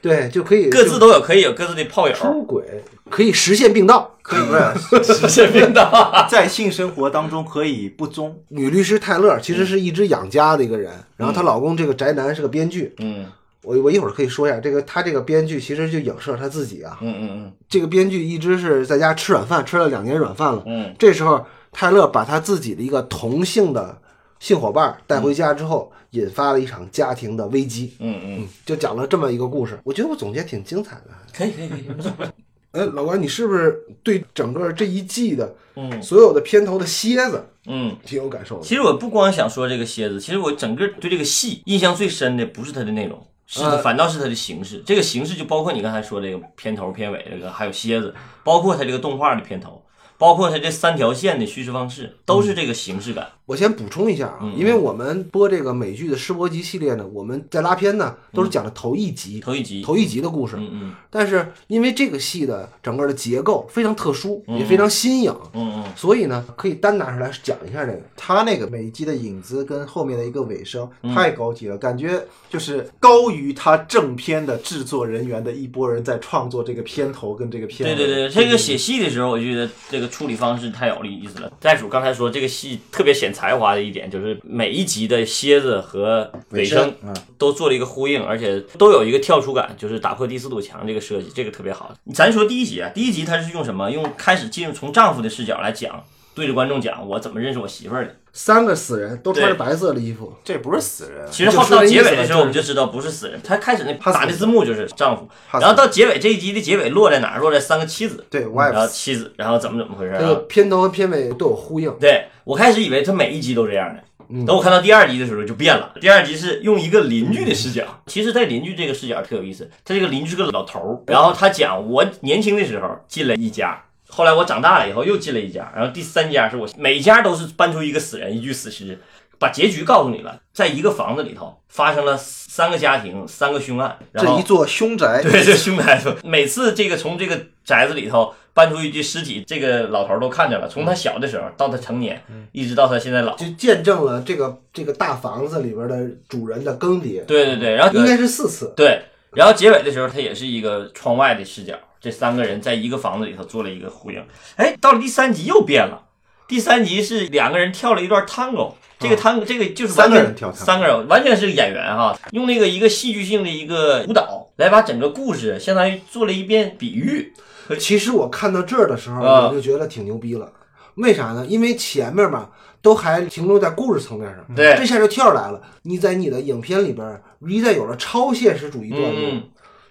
Speaker 1: 对，就可以
Speaker 2: 各自
Speaker 1: 都
Speaker 2: 都有，可以有各自的炮友，
Speaker 1: 出轨，可以实现并道。
Speaker 3: 可以不是
Speaker 2: 实现病的。
Speaker 3: 在性生活当中可以不忠，
Speaker 1: <laughs> 女律师泰勒其实是一直养家的一个人，然后她老公这个宅男是个编剧。
Speaker 2: 嗯
Speaker 1: 我我一会儿可以说一下这个，她这个编剧其实就影射她自己啊。
Speaker 2: 嗯嗯
Speaker 1: 这个编剧一直是在家吃软饭，吃了两年软饭了。
Speaker 2: 嗯
Speaker 1: 这时候，泰勒把他自己的一个同性的性伙伴带回家之后，引发了一场家庭的危机。
Speaker 2: 嗯嗯，
Speaker 1: 就讲了这么一个故事，我觉得我总结挺精彩的。
Speaker 2: 可以可以可以，不错不错
Speaker 1: 哎，老关，你是不是对整个这一季的
Speaker 2: 嗯
Speaker 1: 所有的片头的蝎子
Speaker 2: 嗯。
Speaker 1: 挺有感受的？
Speaker 2: 其实我不光想说这个蝎子，其实我整个对这个戏印象最深的不是它的内容，是它
Speaker 1: 呃
Speaker 2: 反倒是它的形式。这个形式就包括你刚才说这个片头、片尾这个，还有蝎子，包括它这个动画的片头，包括它这三条线的叙事方式，都是这个形式感。
Speaker 1: 我先补充一下
Speaker 2: 嗯
Speaker 1: 啊，因为我们播这个美剧的试播集系列呢，我们在拉片呢
Speaker 2: 嗯
Speaker 1: 都是讲的头一集，
Speaker 2: 头一集，
Speaker 1: 头一集的故事。
Speaker 2: 嗯嗯
Speaker 1: 但是因为这个戏的整个的结构非常特殊，也非常新颖，
Speaker 2: 嗯嗯，
Speaker 1: 所以呢可以单拿出来讲一下这个。
Speaker 3: 他那个每一集的影子跟后面的一个尾声
Speaker 2: 嗯
Speaker 3: 太高级了，感觉就是高于他正片的制作人员的一波人在创作这个片头跟这个片
Speaker 2: 对
Speaker 3: 尾。
Speaker 2: 对对，这个写戏的时候，我觉得这个处理方式太有意思了。袋鼠刚才说这个戏特别显才华的一点，就是每一集的蝎子和尾声
Speaker 3: 嗯
Speaker 2: 都做了一个呼应，而且都有一个跳出感，就是打破第四堵墙这个设计，这个特别好。咱说第一集啊，第一集它是用什么？用开始进入从丈夫的视角来讲，对着观众讲我怎么认识我媳妇儿的。
Speaker 1: 三个死人都穿着
Speaker 2: 对
Speaker 1: 白色的衣服，
Speaker 3: 这不是死人，
Speaker 2: 其实
Speaker 1: 就
Speaker 2: 后
Speaker 1: 说
Speaker 2: 到
Speaker 1: 这
Speaker 2: 结
Speaker 1: 意思
Speaker 2: 尾的
Speaker 1: 吧
Speaker 2: 时候，我们就知道不是死人。他开始那
Speaker 3: 他死
Speaker 2: 打的
Speaker 3: 了
Speaker 2: 字幕就是丈夫，
Speaker 3: 他死
Speaker 2: 然后
Speaker 3: 了
Speaker 2: 到结尾这一集的结尾落在哪儿？落在三个妻子，
Speaker 3: 对 wife
Speaker 2: 然后妻子，然后怎么怎么回事
Speaker 1: 这
Speaker 2: 啊
Speaker 1: 个？片头和片尾都有呼应。
Speaker 2: 对我开始以为他每一集都这样的，
Speaker 3: 嗯
Speaker 2: 等我看到第二集的时候就变了。第二集是用一个邻居的视角，
Speaker 3: 嗯
Speaker 2: 其实，在邻居这个视角特有意思。他这个邻居是个老头儿，然后他讲我年轻的时候进了一家。后来我长大了以后又进了一家，然后第三家是我每家都是搬出一个死人一具死尸，把结局告诉你了。在一个房子里头发生了三个家庭三个凶案，然
Speaker 3: 这
Speaker 2: 后
Speaker 3: 一座凶
Speaker 2: <laughs>
Speaker 3: 宅，
Speaker 2: 对，这凶宅子，每次这个从这个宅子里头搬出一具尸体，这个老头儿都看见了。从他小的时候到他成年，
Speaker 3: 嗯
Speaker 2: 一直到他现在老。
Speaker 1: 就见证了这个这个大房子里边的主人的更迭，
Speaker 2: 对对对，然后
Speaker 1: 应该是四次。
Speaker 2: 对，然后结尾的时候，他也是一个窗外的视角，这三个人在一个房子里头做了一个呼应。哎，到了第三集又变了，第三集是两个人跳了一段探戈，这个探戈这个就是
Speaker 3: 嗯
Speaker 2: 完
Speaker 3: 三个
Speaker 2: 全
Speaker 3: 人跳探戈
Speaker 2: 三个人完全是演员哈，用那个一个戏剧性的一个舞蹈来把整个故事相当于做了一遍比喻，
Speaker 1: 其实我看到这儿的时候，
Speaker 2: 啊
Speaker 1: 我就觉得挺牛逼了。为啥呢？因为前面吧都还停留在故事层面上，
Speaker 2: 对
Speaker 1: 这下就跳出来了。你在你的影片里边一旦有了超现实主义段落，
Speaker 2: 嗯，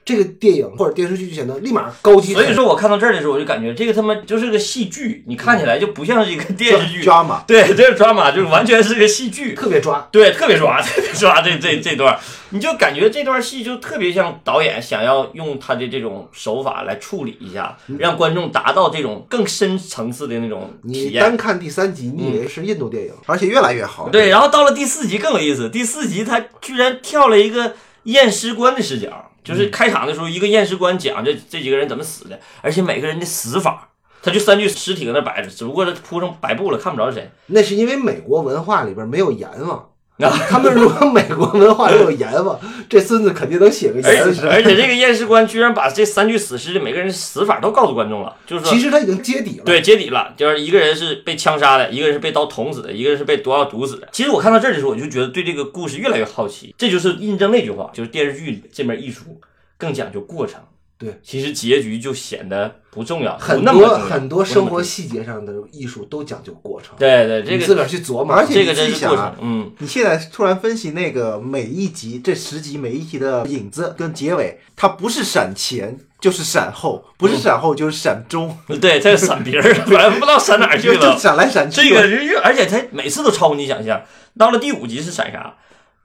Speaker 1: 这个电影或者电视剧就显得立马高级。
Speaker 2: 所以说我看到这儿的时候，我就感觉这个他妈就是个戏剧，你看起来就不像是一个
Speaker 1: 嗯
Speaker 2: 电视剧，
Speaker 3: 抓马，
Speaker 2: 对，这是抓马，就是完全是个戏剧，
Speaker 1: 特别抓。
Speaker 2: 对，特别抓， <laughs> 特别抓这这这段儿，你就感觉这段戏就特别像导演想要用他的这种手法来处理一下，让观众达到这种更深层次的那种体
Speaker 1: 嗯你单
Speaker 2: 验。嗯
Speaker 1: 看第三集，你以为是印度电影，
Speaker 3: 而且越来越好。
Speaker 2: 对，，然后到了第四集更有意思，第四集他居然跳了一个验尸官的视角，就是开场的时候一个验尸官讲这这几个人怎么死的，而且每个人的死法。他就三具尸体搁那摆着，只不过他铺成白布了，看不着是谁。
Speaker 1: 那是因为美国文化里边没有阎王。
Speaker 2: 啊
Speaker 1: 他们如果美国文化里有阎王，这孙子肯定能写个
Speaker 2: 而
Speaker 1: 阎王。
Speaker 2: 而且这个验尸官居然把这三具死尸的每个人死法都告诉观众了，就是说
Speaker 1: 其实他已经揭底了。
Speaker 2: 对，揭底了，就是一个人是被枪杀的，一个人是被刀捅死的，一个人是被毒药毒死的。其实我看到这儿的时候，我就觉得对这个故事越来越好奇，这就是印证那句话，就是电视剧这门艺术更讲究过程。
Speaker 1: 对，
Speaker 2: 其实结局就显得不重要，
Speaker 1: 很
Speaker 2: 不那么
Speaker 1: 多
Speaker 2: 重要
Speaker 1: 很多生活
Speaker 2: 不那么重要
Speaker 1: 细节上的艺术都讲究过程，
Speaker 2: 对对，这
Speaker 1: 你自个
Speaker 2: 个
Speaker 1: 儿去琢磨。
Speaker 3: 而且
Speaker 2: 这个
Speaker 3: 你自己
Speaker 2: 真是
Speaker 3: 想
Speaker 2: 过
Speaker 3: 啊
Speaker 2: 程，嗯，
Speaker 3: 你现在突然分析那个每一集这十集每一集的影子跟结尾，它不是闪前就是闪后，不
Speaker 2: 嗯
Speaker 3: 是闪后就是闪中，
Speaker 2: 对，这闪别人，反正不知道闪哪儿去
Speaker 3: 就
Speaker 2: 了
Speaker 3: 就。闪来闪去。
Speaker 2: 哎这个是越，而且他每次都超乎你想象。到了第五集是闪啥？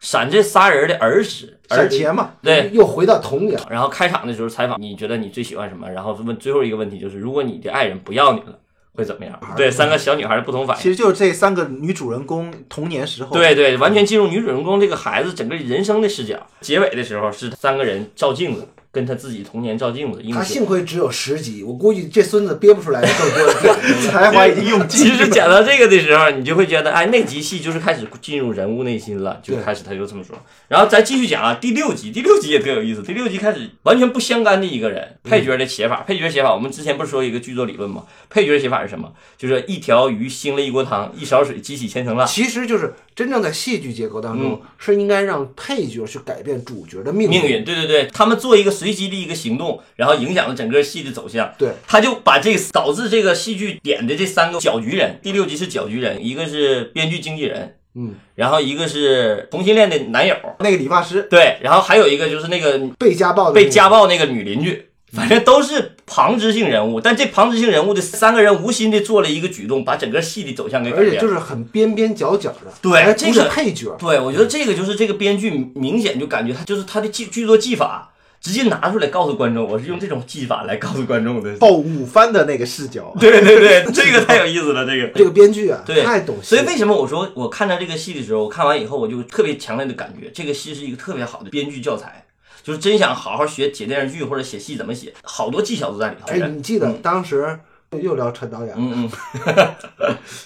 Speaker 2: 闪这仨人的儿时，
Speaker 3: 闪
Speaker 2: 儿
Speaker 3: 前嘛，
Speaker 2: 对，
Speaker 1: 又回到童年，
Speaker 2: 然后开场的时候采访，你觉得你最喜欢什么？然后问最后一个问题就是，如果你的爱人不要你了，会怎么样？对，三个小女孩的不同反
Speaker 3: 其
Speaker 2: 应。
Speaker 3: 实就是这三个女主人公童年时候。
Speaker 2: 哎对对，完全进入女主人公这个孩子整个人生的视角。结尾的时候是三个人照镜子，跟他自己童年照镜子。因为
Speaker 1: 他幸亏只有十集，我估计这孙子憋不出来更多的电影。
Speaker 3: 才华已经
Speaker 2: <laughs>
Speaker 3: 用
Speaker 2: 其
Speaker 3: 尽
Speaker 2: 实
Speaker 3: 了。
Speaker 2: 讲到这个的时候，你就会觉得，哎，那集戏就是开始进入人物内心了，就开始他就这么说。然后咱继续讲啊，第六集，第六集也特有意思。第六集开始完全不相干的一个人，配角的写法，配角写法，我们之前不是说一个剧作理论吗？配角写法是什么？就是一条鱼腥了一锅汤，一勺水激起千层
Speaker 1: <laughs>
Speaker 2: 浪。
Speaker 1: 其实就是真正在戏剧结构当中，
Speaker 2: 嗯
Speaker 1: 是应该让配角去改变主角的命
Speaker 2: <laughs> 命运，对对对，他们做一个随机的一个行动，然后影响了整个戏的走向。
Speaker 1: 对，
Speaker 2: 他就把这导致这个戏剧点的这三个搅局人，第六集是搅局人，一个是编剧经纪人，
Speaker 1: 嗯，
Speaker 2: 然后一个是同性恋的男友，
Speaker 3: 那个理发师，
Speaker 2: 对，然后还有一个就是那个
Speaker 1: 被家暴的
Speaker 2: 被
Speaker 1: 命
Speaker 2: 家暴那个女邻
Speaker 1: 嗯
Speaker 2: 居，反正都是旁支性人物。但这旁支性人物的三个人无心的做了一个举动，把整个戏的走向给
Speaker 1: 运，
Speaker 2: 改
Speaker 1: 而
Speaker 2: 变。
Speaker 1: 且就是很边边角角的，
Speaker 2: 对
Speaker 1: 哎
Speaker 2: 这
Speaker 1: 不是
Speaker 2: 个
Speaker 1: 配角，
Speaker 2: 对，我觉得这个就是这个编剧明显就感觉他就是他的剧剧作技法。直接拿出来告诉观众，我是用这种技法来告诉观众的。
Speaker 3: 报五番的那个视角，
Speaker 2: 对对对，这个太有意思了，这个
Speaker 1: 这个编剧啊
Speaker 2: 对
Speaker 1: 太懂戏
Speaker 2: 所以
Speaker 1: 了，
Speaker 2: 为什么我说我看到这个戏的时候，我看完以后我就特别强烈的感觉，这个戏是一个特别好的编剧教材，就是真想好好学写电视剧或者写戏怎么写，好多技巧都在里头。
Speaker 1: 哎，你记得
Speaker 2: 嗯
Speaker 1: 当时又聊陈导演，
Speaker 2: 嗯嗯，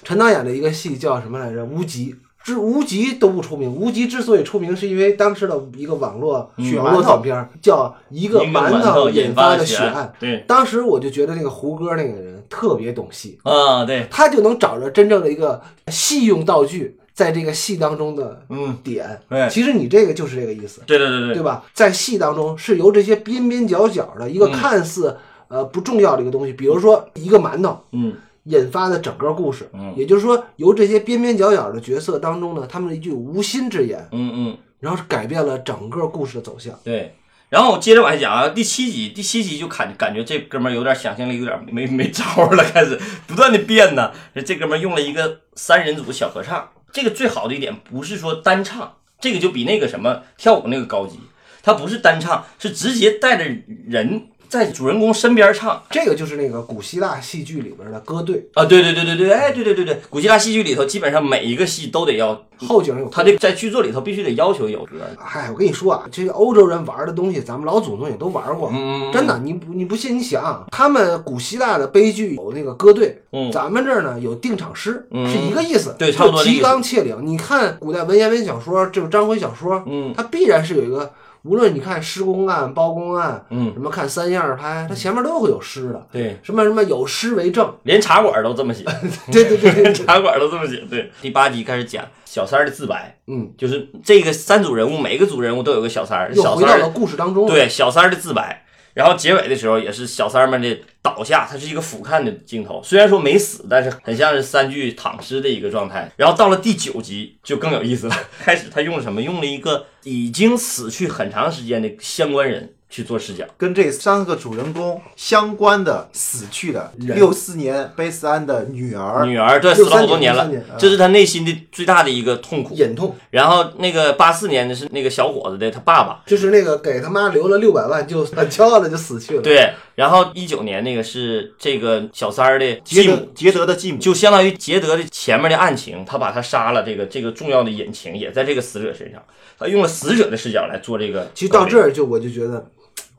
Speaker 1: 陈导演的一个戏叫什么来着？无极。之无极都不出名，无极之所以出名，是因为当时的一个网络
Speaker 2: 嗯
Speaker 1: 网络短片儿叫《一个
Speaker 2: 一个馒
Speaker 1: 头
Speaker 2: 引
Speaker 1: 发
Speaker 2: 的
Speaker 1: 血案》。
Speaker 2: 对
Speaker 1: 当时我就觉得那个胡歌那个人特别懂戏，
Speaker 2: 啊，对，
Speaker 1: 他就能找着真正的一个戏用道具，在这个戏当中的
Speaker 2: 嗯，
Speaker 1: 点。
Speaker 2: 对
Speaker 1: 其实你这个就是这个意思，
Speaker 2: 对对对
Speaker 1: 对
Speaker 2: 对，
Speaker 1: 吧？在戏当中是由这些边边角角的一个
Speaker 2: 嗯
Speaker 1: 看似呃不重要的一个东西，比如说一个馒头，
Speaker 2: 嗯
Speaker 1: 引发的整个故事。
Speaker 2: 嗯
Speaker 1: 也就是说，由这些边边角角的角色当中呢，他们的一句无心之言，
Speaker 2: 嗯嗯，
Speaker 1: 然后改变了整个故事的走向。
Speaker 2: 对。然后我接着往下讲啊，第七集，第七集就感感觉这哥们儿有点想象力有点没没招儿了，开始不断的变呢。这哥们儿用了一个三人组小合唱，这个最好的一点不是说单唱，这个就比那个什么跳舞那个高级，他不是单唱，是直接带着人在主人公身边唱，
Speaker 1: 这个就是那个古希腊戏剧里边的歌队
Speaker 2: 啊，对对对对对，哎，对对对对，古希腊戏剧里头基本上每一个戏都得要，
Speaker 1: 后景有
Speaker 2: 嗯他这在剧作里头必须得要求有歌。
Speaker 1: 哎，我跟你说啊，这个欧洲人玩的东西，咱们老祖宗也都玩过。
Speaker 2: 嗯
Speaker 1: 真的，你不你不信？你想，他们古希腊的悲剧有那个歌队，
Speaker 2: 嗯
Speaker 1: 咱们这儿呢有定场诗，
Speaker 2: 嗯
Speaker 1: 是一个意思，
Speaker 2: 对差不多
Speaker 1: 就
Speaker 2: 那意思
Speaker 1: 提纲挈领。你看古代文言文小说，这种章回小说，
Speaker 2: 嗯
Speaker 1: 它必然是有一个无论你看施公案、包公案，
Speaker 2: 嗯
Speaker 1: 什么看三样儿拍，它前面都会有诗的，
Speaker 2: 对，
Speaker 1: 什么什么有诗为
Speaker 2: <laughs>
Speaker 1: 证，
Speaker 2: 连茶馆都这么写，
Speaker 1: 对对对
Speaker 2: <laughs>
Speaker 1: 对，对
Speaker 2: 茶馆都这么写。对，第八集开始讲小三儿的自白，
Speaker 1: 嗯，
Speaker 2: 就是这个三组人物，每个组人物都有个小三儿，
Speaker 1: 又
Speaker 2: 小
Speaker 1: 回
Speaker 2: 三
Speaker 1: 到了
Speaker 2: 儿
Speaker 1: 故事当中，，
Speaker 2: 对小三儿的自白。然后结尾的时候也是小三儿们的倒下，它是一个俯瞰的镜头，虽然说没死，但是很像是三具躺尸的一个状态。然后到了第九集就更有意思了，开始他用了什么？用了一个已经死去很长时间的相关人去做视角。
Speaker 3: 跟这三个主人公相关的死去的六四年贝斯安的女儿，
Speaker 2: 女儿，对，
Speaker 1: 63
Speaker 2: 死了好多年了
Speaker 1: 63年啊，
Speaker 2: 这是他内心的最大的一个痛苦。
Speaker 1: 隐痛
Speaker 2: 然后那个八四年的是那个小伙子的他爸爸，
Speaker 1: 就是那个给他妈留了六百万就很 <laughs> 骄傲的就死去了，
Speaker 2: 对，然后一九年那个是这个小三儿的
Speaker 3: 捷
Speaker 2: 继
Speaker 3: 德
Speaker 2: 母。
Speaker 3: 捷德的继母，
Speaker 2: 就相当于捷德的前面的案情，他把他杀了，这个这个重要的隐情也在这个死者身上，他用了死者的视角来做这个。
Speaker 1: 其实到这，儿就我就觉得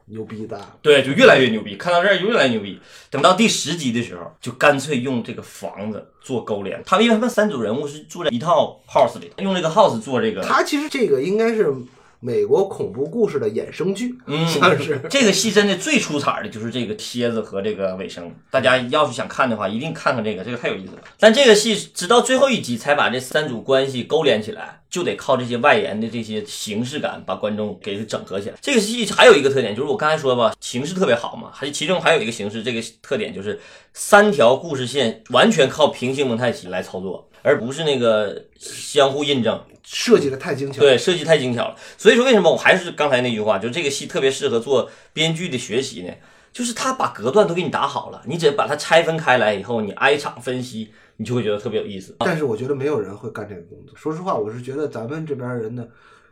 Speaker 1: 牛逼大了，
Speaker 2: 对，就越来越牛逼，看到这儿就越来越牛逼。等到第十集的时候，就干脆用这个房子做勾连，他们因为他们三组人物是住在一套 house 里，用这个 house 做这个。
Speaker 1: 他其实这个应该是美国恐怖故事的衍生剧，
Speaker 2: 嗯
Speaker 1: 像是
Speaker 2: 这个戏真的最出彩儿的就是这个蝎子和这个尾声，大家要是想看的话，一定看看这个，这个太有意思了。但这个戏直到最后一集才把这三组关系勾连起来，就得靠这些外延的这些形式感把观众给整合起来。这个戏还有一个特点就是我刚才说吧，形式特别好嘛，还其中还有一个形式，这个特点就是三条故事线完全靠平行蒙太奇来操作，而不是那个相互印证。
Speaker 1: 设计的太精巧，
Speaker 2: 对，设计太精巧了。所以说，为什么我还是刚才那句话，就这个戏特别适合做编剧的学习呢？就是他把隔断都给你打好了，你只把它拆分开来以后，你挨场分析，你就会觉得特别有意思。
Speaker 1: 但是我觉得没有人会干这个工作。说实话，我是觉得咱们这边人的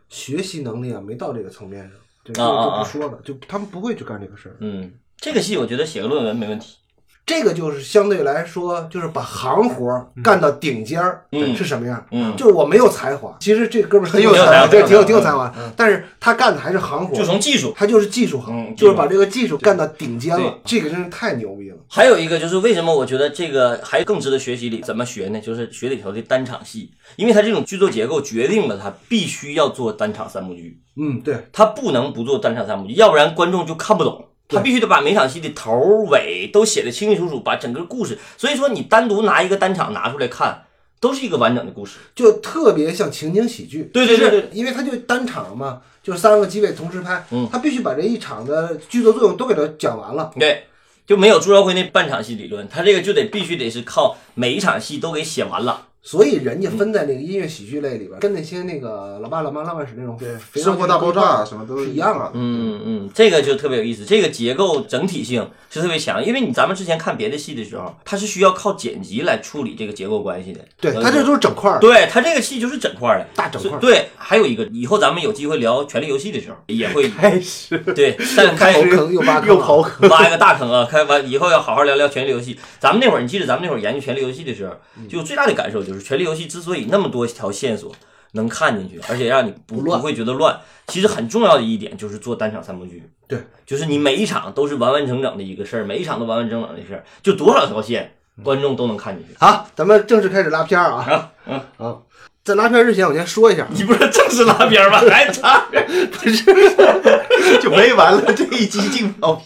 Speaker 1: 学习能力啊，没到这个层面上，这就
Speaker 2: 啊啊
Speaker 1: 就
Speaker 2: 啊
Speaker 1: 不说了，就他们不会去干这个事儿。
Speaker 2: 嗯，这个戏我觉得写个论文没问题。
Speaker 1: 这个就是相对来说，就是把行活儿干到顶尖儿
Speaker 2: 嗯
Speaker 1: 是什么样？
Speaker 2: 嗯
Speaker 1: 就是我没有才华，其实这哥们儿
Speaker 3: 很有
Speaker 1: 才
Speaker 2: 才华
Speaker 1: 对，
Speaker 2: 很有才华嗯
Speaker 1: 挺有挺有才华，但是他干的还是行活儿，
Speaker 2: 就从技术，
Speaker 1: 他就是技术好，
Speaker 2: 嗯
Speaker 1: 就是把这个技术干到顶尖了
Speaker 2: 对，
Speaker 1: 这个真是太牛逼了。
Speaker 2: 还有一个就是为什么我觉得这个还更值得学习里怎么学呢？就是学里头的单场戏，因为它这种剧作结构决定了它必须要做单场三幕剧。
Speaker 1: 嗯，对，
Speaker 2: 他不能不做单场三幕剧，要不然观众就看不懂。他必须得把每场戏的头儿尾都写的清清楚楚，把整个故事。所以说，你单独拿一个单场拿出来看，都是一个完整的故事。
Speaker 1: 就特别像情景喜剧。
Speaker 2: 对对对
Speaker 1: 就是因为它就单场嘛，就是三个机位同时拍，
Speaker 2: 嗯
Speaker 1: 他必须把这一场的剧作作用都给它讲完了。
Speaker 2: 对，就没有朱朝辉那半场戏理论，他这个就得必须得是靠每一场戏都给写完了。
Speaker 1: 所以人家分在那个音乐喜剧类里边，跟那些那个老爸老妈浪漫史那种对
Speaker 3: 生活大爆炸什么都
Speaker 1: 是一样的。
Speaker 3: 的。
Speaker 2: 嗯嗯，这个就特别有意思，这个结构整体性是特别强，因为你咱们之前看别的戏的时候，它是需要靠剪辑来处理这个结构关系的。
Speaker 1: 对，
Speaker 2: 呃
Speaker 1: 他这都是整块儿的，
Speaker 2: 对他这个戏就是整块儿的，
Speaker 1: 大整块儿
Speaker 2: 所以对，还有一个，以后咱们有机会聊《权力游戏》的时候，也会
Speaker 3: 开始
Speaker 1: <laughs>
Speaker 2: 对，但
Speaker 1: 开
Speaker 2: 开
Speaker 1: 始坑又挖坑
Speaker 3: 又
Speaker 1: 了
Speaker 3: 刨坑，
Speaker 2: 挖一个大坑啊！开完以后要好好聊聊《权力游戏》。咱们那会儿，你记得咱们那会儿研究《权力游戏》的时候，
Speaker 1: 嗯
Speaker 2: 就最大的感受就是，《权力游戏》之所以那么多条线索能看进去，而且让你不
Speaker 1: 不乱
Speaker 2: 不会觉得乱，其实很重要的一点就是做单场三幕剧。
Speaker 1: 对，
Speaker 2: 就是你每一场都是完完整整的一个事儿，每一场都完完整整的一个事儿，就多少条线，
Speaker 1: 嗯
Speaker 2: 观众都能看进去。 <laughs>
Speaker 1: 好，咱们正式开始拉片儿啊！啊，在拉片儿之前，我先说一下，
Speaker 2: 你不是正式拉边吗？还差点儿
Speaker 3: 就没完了这一集镜头。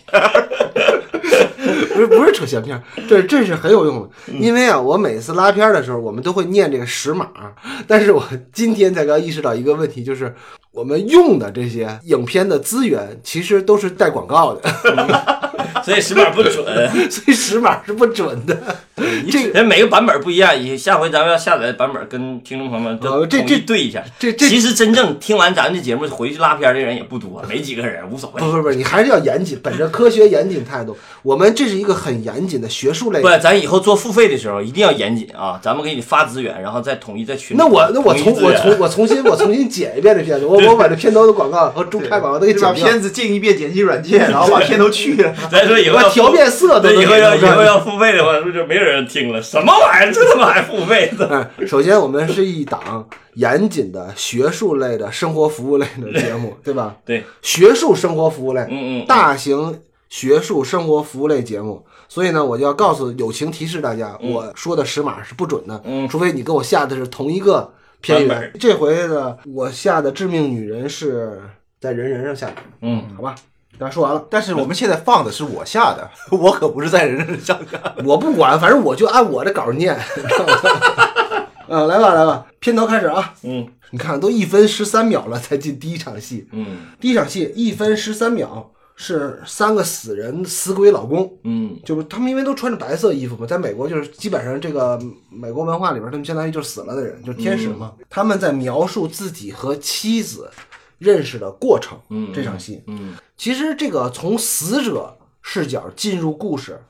Speaker 1: 不是不是扯闲篇儿，这这是很有用的。
Speaker 2: 嗯
Speaker 1: 因为啊，我每次拉片儿的时候，我们都会念这个识码，但是我今天才刚意识到一个问题，就是我们用的这些影片的资源，其实都是带广告的，
Speaker 2: <laughs>
Speaker 1: <laughs>
Speaker 2: 所以石板不准。
Speaker 1: 所以识码是不准的。 <laughs> 这个
Speaker 2: 人每个版本不一样，以下回咱们要下载的版本跟听众朋友们都
Speaker 1: 呃这
Speaker 2: 统一
Speaker 1: 这
Speaker 2: 对一下。
Speaker 1: 这这
Speaker 2: 其实真正听完咱们这节目回去拉片的人也不多，没几个人，无所谓
Speaker 1: 不。不不，你还是要严谨，本着科学严谨态度，我们这是一个很严谨的学术类
Speaker 2: 不，。咱以后做付费的时候一定要严谨啊！咱们给你发资源，然后再统一在群里
Speaker 1: 那我那我
Speaker 2: 统一
Speaker 1: 从
Speaker 2: 资
Speaker 1: 我
Speaker 2: 源
Speaker 1: 从我重新我重新解一遍这片子，我我把这片头的广告和中 <laughs> 开广告都给
Speaker 3: 就把
Speaker 1: 剪掉，
Speaker 3: 片子进一遍剪辑软件，然后把片头去了。
Speaker 2: <laughs> 咱说以后
Speaker 1: 我
Speaker 2: 要
Speaker 1: 调变色都
Speaker 2: 对，
Speaker 1: 能
Speaker 2: 以后要
Speaker 1: 给
Speaker 2: 以
Speaker 1: 弄上
Speaker 2: 后要付费的话，是不是就没有人听了？什么玩意儿？这他妈还付费
Speaker 1: <laughs>
Speaker 2: 的？
Speaker 1: 哎，首先我们是一档严谨的学术类的生活服务类的节
Speaker 2: <laughs>
Speaker 1: 目，对吧？
Speaker 2: 对，
Speaker 1: 学术生活服务类，
Speaker 2: 嗯嗯
Speaker 1: 大型学术生活服务类节目。所以呢，我就要告诉友情提示大家，我说的识码是不准的，
Speaker 2: 嗯
Speaker 1: 除非你跟我下的是同一个片
Speaker 2: 版
Speaker 1: 源。这回的我下的《致命女人》是在人人上下载。
Speaker 2: 嗯，
Speaker 3: 好吧。刚才说完了，但是我们现在放的是我下的， <laughs> 我可不是在人人上看。
Speaker 1: <laughs> 我不管，反正我就按我的稿念。 <laughs> 啊，来吧，来吧，片头开始啊！
Speaker 2: 嗯
Speaker 1: 你看，都一分十三秒了才进第一场戏。
Speaker 2: 嗯
Speaker 1: 第一场戏一分十三秒是三个死人死鬼老公，
Speaker 2: 嗯
Speaker 1: 就是他们因为都穿着白色衣服嘛，在美国就是基本上这个美国文化里边，他们相当于就是死了的人，就是天使嘛。
Speaker 2: 嗯
Speaker 1: 他们在描述自己和妻子认识的过程。
Speaker 2: 嗯
Speaker 1: 这场戏，
Speaker 2: 嗯
Speaker 1: 其实这个从死者视角进入故事，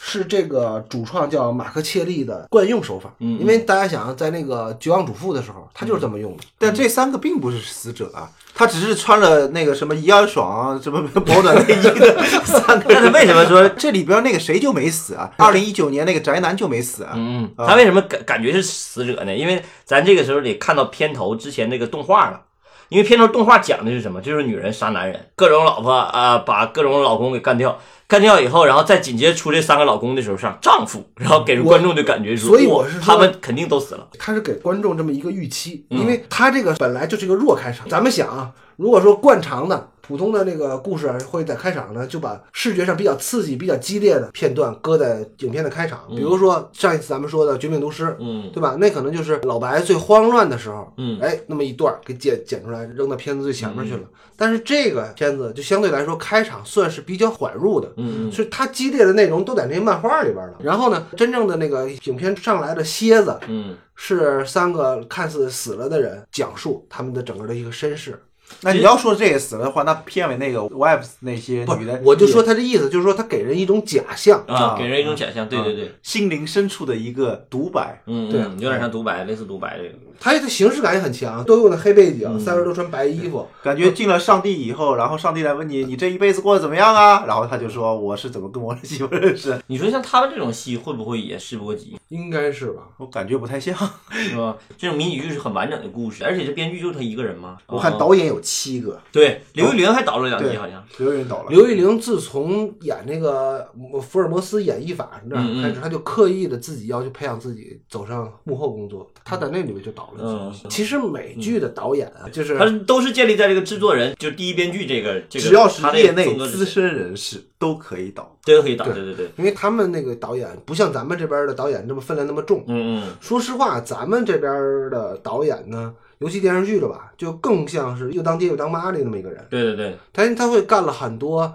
Speaker 1: 是这个主创叫马克切利的惯用手法。
Speaker 2: 嗯嗯
Speaker 1: 因为大家想在那个《绝望主妇》的时候，他就是这么用的。
Speaker 3: 但这三个并不是死者啊，他只是穿了那个什么怡安爽什么保暖内衣 <laughs> 的三个人。
Speaker 2: 但是为什么说
Speaker 3: 这里边那个谁就没死啊？二零一九年那个宅男就没死啊？
Speaker 2: 嗯，他为什么感感觉是死者呢？因为咱这个时候得看到片头之前那个动画了，因为片头动画讲的是什么？就是女人杀男人，各种老婆啊、把各种老公给干掉，干掉以后，然后再紧接着出这三个老公的时候上丈夫，然后给人观众的感觉说，
Speaker 1: 我所以
Speaker 2: 哇
Speaker 1: 我是说
Speaker 2: 他们肯定都死了。
Speaker 1: 他是给观众这么一个预期，
Speaker 2: 嗯
Speaker 1: 因为他这个本来就是一个弱开场。咱们想啊，如果说惯常的普通的那个故事会在开场呢，就把视觉上比较刺激、比较激烈的片段搁在影片的开场，比如说上一次咱们说的《绝命毒师》，
Speaker 2: 嗯
Speaker 1: 对吧？那可能就是老白最慌乱的时候，
Speaker 2: 嗯
Speaker 1: 哎，那么一段儿给剪剪出来，扔到片子最前面去了。但是这个片子就相对来说开场算是比较缓入的，
Speaker 2: 嗯
Speaker 1: 所以它激烈的内容都在那漫画里边了。然后呢，真正的那个影片上来的蝎子，
Speaker 2: 嗯，
Speaker 1: 是三个看似死了的人讲述他们的整个的一个身世。
Speaker 3: 那你要说这个死了的话，那片尾那个 wives 那些
Speaker 1: 不
Speaker 3: 女的，，
Speaker 1: 我就说他的意思就是说他给人一种假象。
Speaker 2: 啊，给人一种假象，对对对，
Speaker 3: 心灵深处的一个独白。
Speaker 2: 嗯，
Speaker 1: 对
Speaker 2: 嗯有点像独白，类似独白这个，
Speaker 1: 他的形式感也很强，都用的黑背
Speaker 3: 嗯
Speaker 1: 景，三个人都穿白衣服。
Speaker 3: 感觉进了上帝以后，然后上帝来问你，你这一辈子过得怎么样啊？然后他就说我是怎么跟我媳妇认识，
Speaker 2: 你说像他们这种戏会不会也事不过急？
Speaker 1: 应该是吧？
Speaker 3: 我感觉不太像。
Speaker 2: 是吧？这种迷你剧是很完整的故事，而且这编剧就他一个人吗？啊
Speaker 3: 我看导演有七个，
Speaker 2: 对刘玉玲还导了两集，
Speaker 3: 对
Speaker 2: 好像。
Speaker 3: 刘云导了。
Speaker 1: 刘玉玲自从演那个福尔摩斯演绎法那
Speaker 3: 嗯
Speaker 1: 儿开始，她就刻意的自己要去培养自己走上幕后工作。她在那里面就导了几集。
Speaker 2: 嗯
Speaker 1: 其实美剧的导演
Speaker 3: 嗯
Speaker 1: 啊，就是
Speaker 2: 他都是建立在这个制作人，就是第一编剧这个这个，
Speaker 3: 只要是
Speaker 2: 他的
Speaker 3: 业内
Speaker 2: 风格
Speaker 3: 资深人士都可以导。
Speaker 2: 对都可以导，
Speaker 1: 对
Speaker 2: 对对对，
Speaker 1: 因为他们那个导演不像咱们这边的导演这么分量那么重，
Speaker 2: 嗯嗯
Speaker 1: 说实话，咱们这边的导演呢，尤其电视剧的吧，就更像是又当爹又当妈的那么一个人，，
Speaker 2: 对对对
Speaker 1: 他他会干了很多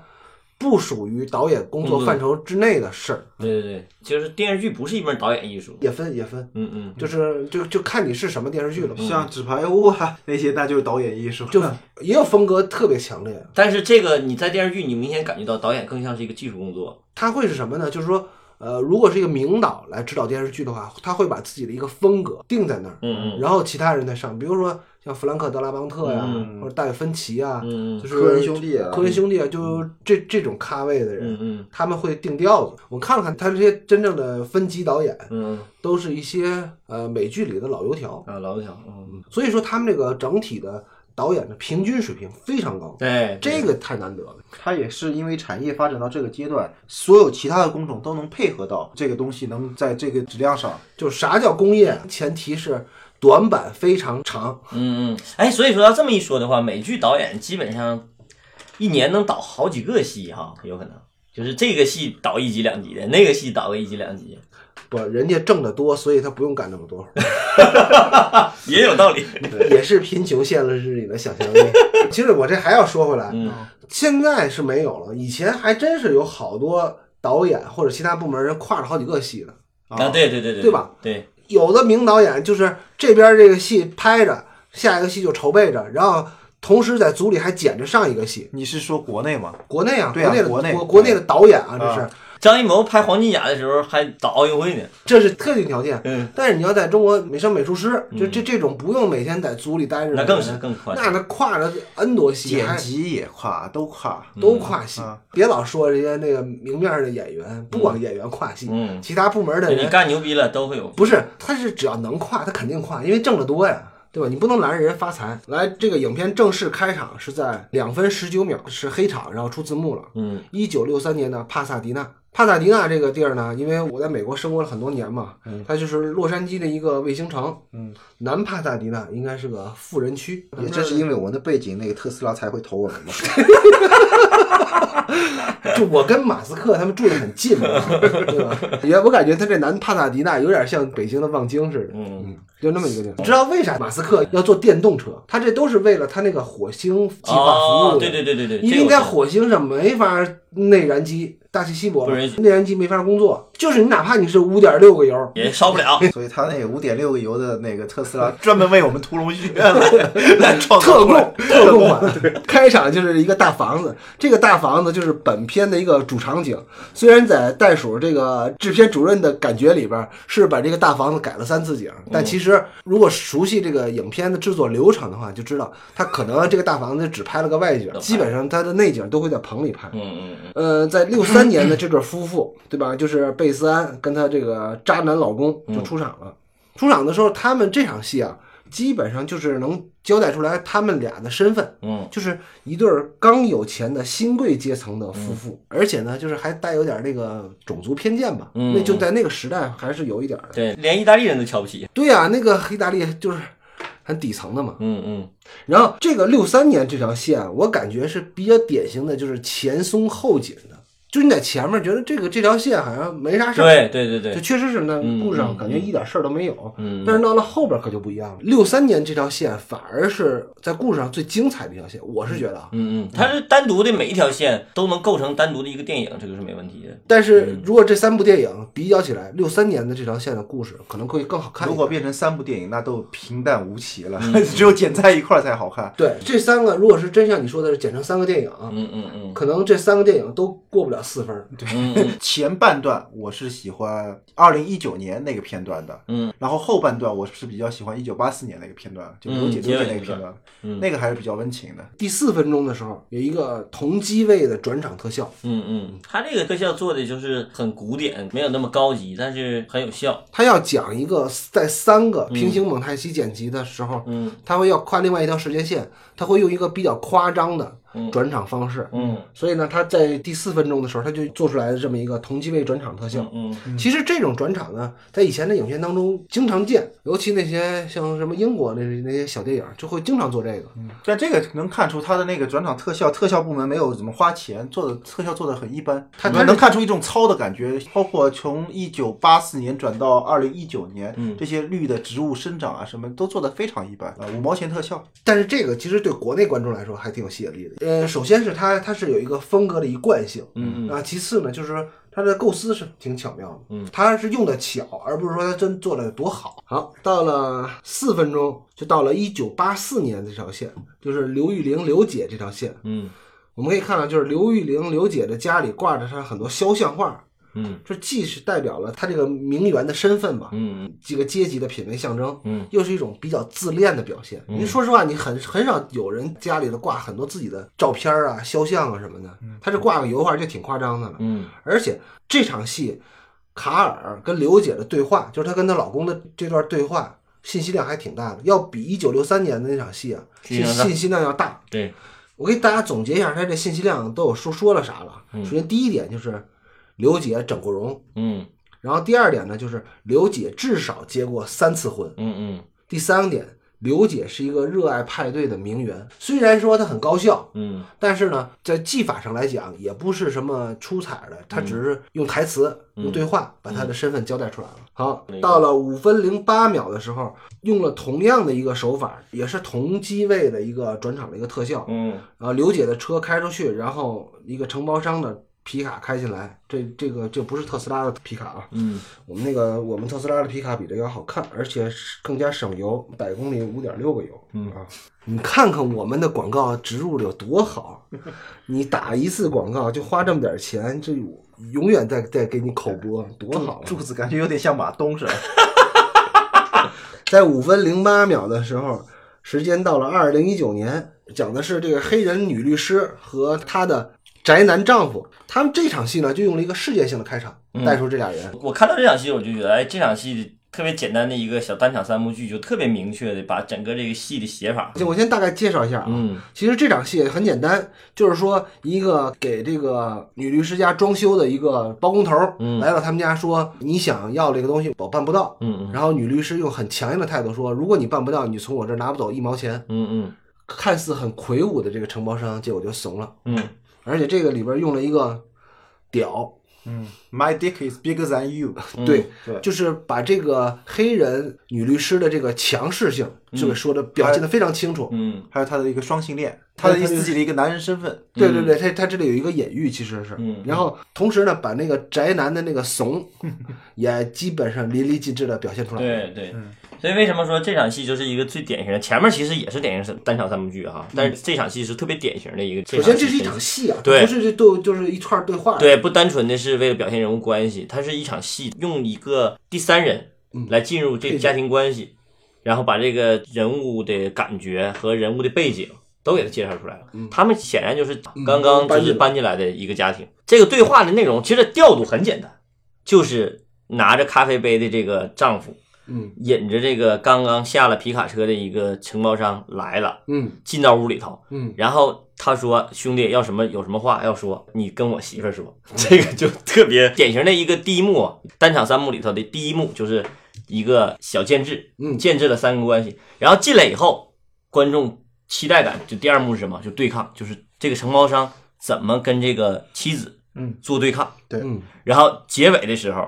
Speaker 1: 不属于导演工
Speaker 2: 嗯
Speaker 1: 作范畴之内的事儿，
Speaker 2: 对对对，就是电视剧不是一门导演艺术，
Speaker 1: 也分也分，
Speaker 2: 嗯嗯，
Speaker 1: 就是就就看你是什么电视剧了嘛，
Speaker 3: 像《纸牌屋》啊那些，那就是导演艺术。
Speaker 1: 就也有风格特别强烈。
Speaker 2: 但是这个你在电视剧，你明显感觉到导演更像是一个技术工作，
Speaker 1: 他会是什么呢？就是说，呃，如果是一个名导来指导电视剧的话，他会把自己的一个风格定在那儿，
Speaker 2: 嗯嗯
Speaker 1: 然后其他人再上，比如说像弗兰克·德拉邦特呀、
Speaker 2: 嗯
Speaker 1: 或者戴芬奇啊呀、
Speaker 2: 嗯
Speaker 1: 就
Speaker 2: 嗯
Speaker 1: 是
Speaker 3: 科恩兄弟啊
Speaker 1: 科恩兄弟啊，就这这种咖位的人，
Speaker 2: 嗯嗯
Speaker 1: 他们会定调子。我看了看他这些真正的分级导演，
Speaker 2: 嗯
Speaker 1: 都是一些呃美剧里的老油条，
Speaker 2: 啊，老想，嗯，
Speaker 1: 所以说他们这个整体的导演的平均水平非常高，
Speaker 2: 哎对，
Speaker 1: 这个太难得了。
Speaker 3: 它也是因为产业发展到这个阶段，所有其他的工种都能配合到这个东西，能在这个质量上。
Speaker 1: 就啥叫工业？前提是短板非常长，
Speaker 2: 嗯嗯，哎，所以说要这么一说的话，美剧导演基本上一年能导好几个戏哈，有可能就是这个戏导一集两集的，那个戏导个一集两集，
Speaker 1: 不，人家挣得多，所以他不用干那么多
Speaker 3: <laughs>
Speaker 1: 活儿，
Speaker 2: 也有道理。
Speaker 1: 也是贫穷限制你的想象力。其实我这还要说回来，
Speaker 2: 嗯
Speaker 1: 现在是没有了，以前还真是有好多导演或者其他部门人跨着好几个戏的，
Speaker 2: 啊，对对对对，
Speaker 1: 对吧？
Speaker 2: 对，
Speaker 1: 有的名导演就是这边这个戏拍着，下一个戏就筹备着，然后同时在组里还捡着上一个戏。
Speaker 3: 你是说国内吗？
Speaker 1: 国内啊，
Speaker 3: 对啊
Speaker 1: 国内的国
Speaker 3: 国内
Speaker 1: 国内的导演啊，
Speaker 2: 嗯
Speaker 1: 这是、
Speaker 3: 啊
Speaker 2: 张艺谋拍《黄金甲》的时候还导奥运会呢。
Speaker 1: 这是特定条件。
Speaker 2: 嗯，
Speaker 1: 但是你要在中国美声美术师，就这这种不用每天在组里待着的人，
Speaker 2: 那更是更宽
Speaker 1: 嗯那那跨着 N 多戏，
Speaker 3: 剪
Speaker 1: 还
Speaker 3: 辑也跨，都跨。
Speaker 2: 嗯
Speaker 1: 都跨戏，
Speaker 3: 啊
Speaker 1: 别老说人家那个明面的演员，不光演员跨戏，
Speaker 2: 嗯
Speaker 1: 其他部门的
Speaker 2: 对你
Speaker 1: 人
Speaker 2: 干牛逼了都会有。
Speaker 1: 不是，他是只要能跨，他肯定跨，因为挣得多呀。对吧？你不能拦着人发财。来，这个影片正式开场是在两分十九秒，是黑场，然后出字幕了。
Speaker 2: 嗯，
Speaker 1: 一九六三年的帕萨迪纳。帕萨迪纳这个地儿呢，因为我在美国生活了很多年嘛，它就是洛杉矶的一个卫星城。
Speaker 3: 嗯，
Speaker 1: 南帕萨迪纳应该是个富人区，
Speaker 3: 也正是因为我们的背景，那个特斯拉才会投我们 <laughs> 嘛。
Speaker 1: 就我跟马斯克他们住的很近嘛，对吧？也我感觉他这南帕萨迪纳有点像北京的望京似的，
Speaker 2: 嗯，
Speaker 1: 就那么一个地儿。你知道为啥马斯克要做电动车？他这都是为了他那个火星计划服务
Speaker 2: 哦
Speaker 1: 的。
Speaker 2: 对对对对对，
Speaker 1: 因
Speaker 2: 这
Speaker 1: 为
Speaker 2: 个我
Speaker 1: 在
Speaker 2: 知道
Speaker 1: 火星上没法内燃机，大气稀薄，
Speaker 2: 不允许
Speaker 1: 内燃机没法工作。就是你哪怕你是五点六个油，
Speaker 2: 也烧不
Speaker 1: <laughs>
Speaker 2: 了，
Speaker 3: 所以他那个五点六个油的那个特斯拉， <laughs> 专门为我们屠龙学院来 <laughs> 来创
Speaker 1: 特
Speaker 3: 造出来
Speaker 1: 供特供款。开场就是一个大房子，这个大房子就是本片的一个主场景。虽然在袋鼠这个制片主任的感觉里边是把这个大房子改了三次景，但其实如果熟悉这个影片的制作流程的话，就知道他可能这个大房子只拍了个外景，基本上他的内景都会在棚里拍。
Speaker 2: 嗯嗯嗯，
Speaker 1: 呃，在六三年的这对夫妇，对吧？就是贝斯安跟她这个渣男老公就
Speaker 2: 嗯
Speaker 1: 出场了。出场的时候，他们这场戏啊，基本上就是能交代出来他们俩的身份，
Speaker 2: 嗯，
Speaker 1: 就是一对儿刚有钱的新贵阶层的
Speaker 2: 嗯
Speaker 1: 夫妇，而且呢，就是还带有点那个种族偏见吧，
Speaker 2: 嗯
Speaker 1: 那就在那个时代还是有一点儿的。
Speaker 2: 对，连意大利人都瞧不起，
Speaker 1: 对啊，那个意大利就是很底层的嘛。
Speaker 2: 嗯嗯，
Speaker 1: 然后这个六三年这条线，我感觉是比较典型的，就是前松后紧的，就是你在前面觉得这个这条线好像没啥事儿，
Speaker 2: 对对对
Speaker 1: 就
Speaker 2: 对，
Speaker 1: 确实是那
Speaker 2: 嗯
Speaker 1: 故事上
Speaker 2: 嗯
Speaker 1: 感觉一点事儿都没有。
Speaker 2: 嗯，
Speaker 1: 但是到了后边可就不一样了，六三年这条线反而是在故事上最精彩的一条线，我是觉得啊。
Speaker 2: 嗯嗯，它是单独的每一条线都能构成单独的一个电影，这个是没问题的。
Speaker 1: 但是如果这三部电影比较起来，六三年的这条线的故事可能会更好看一
Speaker 3: 如
Speaker 1: 点。
Speaker 3: 果变成三部电影，那都平淡无奇了，只有剪在一块儿才好看。
Speaker 1: 对这三个，如果是真像你说的是剪成三个电影，
Speaker 2: 嗯嗯嗯
Speaker 1: 可能这三个电影都过不了四分儿。
Speaker 2: 嗯嗯
Speaker 3: 前半段我是喜欢二零一九年那个片段的，
Speaker 2: 嗯，
Speaker 3: 然后后半段我是比较喜欢一九八四年那个片段，就刘姐
Speaker 2: 嗯
Speaker 3: 刘姐
Speaker 2: 也有
Speaker 3: 那个
Speaker 2: 一个
Speaker 3: 片段，
Speaker 2: 嗯
Speaker 3: 那个还是比较温情的。
Speaker 1: 第四分钟的时候，有一个同机位的转场特效，
Speaker 2: 嗯嗯，它这个特效做的就是很古典，没有那么高级，但是很有效。
Speaker 1: 他要讲一个在三个平行蒙太奇剪辑的时候，
Speaker 2: 嗯
Speaker 1: 他会要跨另外一条时间线，他会用一个比较夸张的
Speaker 2: 嗯
Speaker 1: 转场方式。
Speaker 2: 嗯
Speaker 1: 所以呢，他在第四分钟的时候，他就做出来了这么一个同机位转场特效。
Speaker 2: 嗯
Speaker 1: 其实这种转场呢，在以前的影片当中经常见，尤其那些像什么英国那那些小电影，就会经常做这个。
Speaker 3: 但这个能看出他的那个转场特效，特效部门没有怎么花钱，做的特效做的很一般。
Speaker 1: 他
Speaker 3: 你们能看出一种糙的感觉，包括从一九八四年转到二零一九年，
Speaker 2: 嗯
Speaker 3: 这些绿的植物生长啊什么都做的非常一般啊，五毛钱特效。
Speaker 1: 但是这个其实对国内观众来说还挺有吸引力的。呃，首先是它它是有一个风格的一贯性，
Speaker 2: 嗯
Speaker 1: 啊，其次呢，就是它的构思是挺巧妙的，
Speaker 2: 嗯，
Speaker 1: 它是用的巧，而不是说它真做的多好。好，到了四分钟，就到了一九八四年这条线，就是刘玉玲刘姐这条线，
Speaker 2: 嗯
Speaker 1: 我们可以看到，就是刘玉玲刘姐的家里挂着她很多肖像画，
Speaker 2: 嗯
Speaker 1: 这既是代表了她这个名媛的身份吧，
Speaker 2: 嗯
Speaker 1: 这个阶级的品味象征，
Speaker 2: 嗯，
Speaker 1: 又是一种比较自恋的表现。因为说实话，你很很少有人家里头挂很多自己的照片啊、肖像啊什么的，他这挂个油画就挺夸张的了。
Speaker 2: 嗯
Speaker 1: 而且这场戏，卡尔跟刘姐的对话，就是她跟她老公的这段对话，信息量还挺大的，要比一九六三年的那场戏啊，信
Speaker 2: 信息量大
Speaker 1: 信息量要大。
Speaker 2: 对，
Speaker 1: 我给大家总结一下，他这信息量都有说说了啥了。首先第一点就是刘姐整过容，
Speaker 2: 嗯
Speaker 1: 然后第二点呢就是刘姐至少结过三次婚，
Speaker 2: 嗯嗯
Speaker 1: 第三点，刘姐是一个热爱派对的名媛，虽然说她很高效，
Speaker 2: 嗯
Speaker 1: 但是呢，在技法上来讲也不是什么出彩的，她只是用台词、用对话把她的身份交代出来了。好，到了五分零八秒的时候，用了同样的一个手法，也是同机位的一个转场的一个特效，
Speaker 2: 嗯
Speaker 1: 啊，刘姐的车开出去，然后一个承包商的皮卡开进来，这这个这不是特斯拉的皮卡啊，
Speaker 2: 嗯，
Speaker 1: 我们那个我们特斯拉的皮卡比这个要好看，而且是更加省油，百公里五点六个油，嗯啊，你看看我们的广告植入的有多好，你打一次广告就花这么点钱，这永远在在给你口播，多好啊！
Speaker 3: 柱子感觉有点像马东是吧？
Speaker 1: 在五分零八秒的时候，时间到了二零一九年，讲的是这个黑人女律师和她的宅男丈夫。他们这场戏呢，就用了一个世界性的开场，带出这俩人。
Speaker 2: 我看到这场戏我就觉得，哎，这场戏特别简单的一个小单场三幕剧，就特别明确的把整个这个戏的写法，
Speaker 1: 我先大概介绍一下啊，
Speaker 2: 嗯
Speaker 1: 其实这场戏很简单，就是说一个给这个女律师家装修的一个包工头儿
Speaker 2: 嗯
Speaker 1: 来到他们家说，你想要这个东西，我办不到。
Speaker 2: 嗯嗯
Speaker 1: 然后女律师用很强硬的态度说，如果你办不到，你从我这儿拿不走一毛钱。
Speaker 2: 嗯
Speaker 1: 看似很魁梧的这个承包商，结果就怂了，
Speaker 2: 嗯嗯，
Speaker 1: 而且这个里边用了一个“屌
Speaker 3: 嗯，My dick is bigger than you。”，
Speaker 2: 嗯
Speaker 1: 对，
Speaker 3: 对
Speaker 1: 就是把这个黑人女律师的这个强势性，这个说的表现的非常清楚。
Speaker 2: 嗯
Speaker 3: 还有他的一个双性恋，
Speaker 1: 还
Speaker 3: 他
Speaker 1: 有
Speaker 3: 的
Speaker 1: 他的
Speaker 3: 自己的一个男人身份。
Speaker 1: 对对对，他他这里有一个隐喻，其实是，
Speaker 2: 嗯
Speaker 1: 然后同时呢，把那个宅男的那个
Speaker 2: <laughs>
Speaker 1: 怂，也基本上淋漓尽致的表现出来。，
Speaker 2: 对对，
Speaker 1: 嗯
Speaker 2: 所以为什么说这场戏就是一个最典型的？前面其实也是典型的单场三幕剧哈，但是这场戏是特别典型的一个。
Speaker 1: 嗯首先这是一场戏啊，
Speaker 2: 对
Speaker 1: 不是这都就是一串对话。，啊
Speaker 2: 对，不单纯的是为了表现人物关系，它是一场戏，用一个第三人来进入这个家庭关系，然后把这个人物的感觉和人物的背景都给他介绍出来了。他们显然就是刚刚就是嗯搬进来的一个家庭。这个对话的内容其实调度很简单，就是拿着咖啡杯的这个丈夫。
Speaker 1: 嗯，
Speaker 2: 引着这个刚刚下了皮卡车的一个承包商来了，
Speaker 1: 嗯
Speaker 2: 进到屋里头，
Speaker 1: 嗯，
Speaker 2: 然后他说：“兄弟，要什么有什么话要说，你跟我媳妇儿说。” <laughs> 这个就
Speaker 1: <laughs>
Speaker 2: 特别典型的一个第一幕啊，单场三幕里头的第一幕，就是一个小建制，
Speaker 1: 嗯
Speaker 2: 建制了三个关系。然后进来以后，观众期待感就第二幕是什么？就对抗，就是这个承包商怎么跟这个妻子
Speaker 3: 嗯
Speaker 2: 做对抗。
Speaker 1: 嗯
Speaker 2: 然后结尾的时候，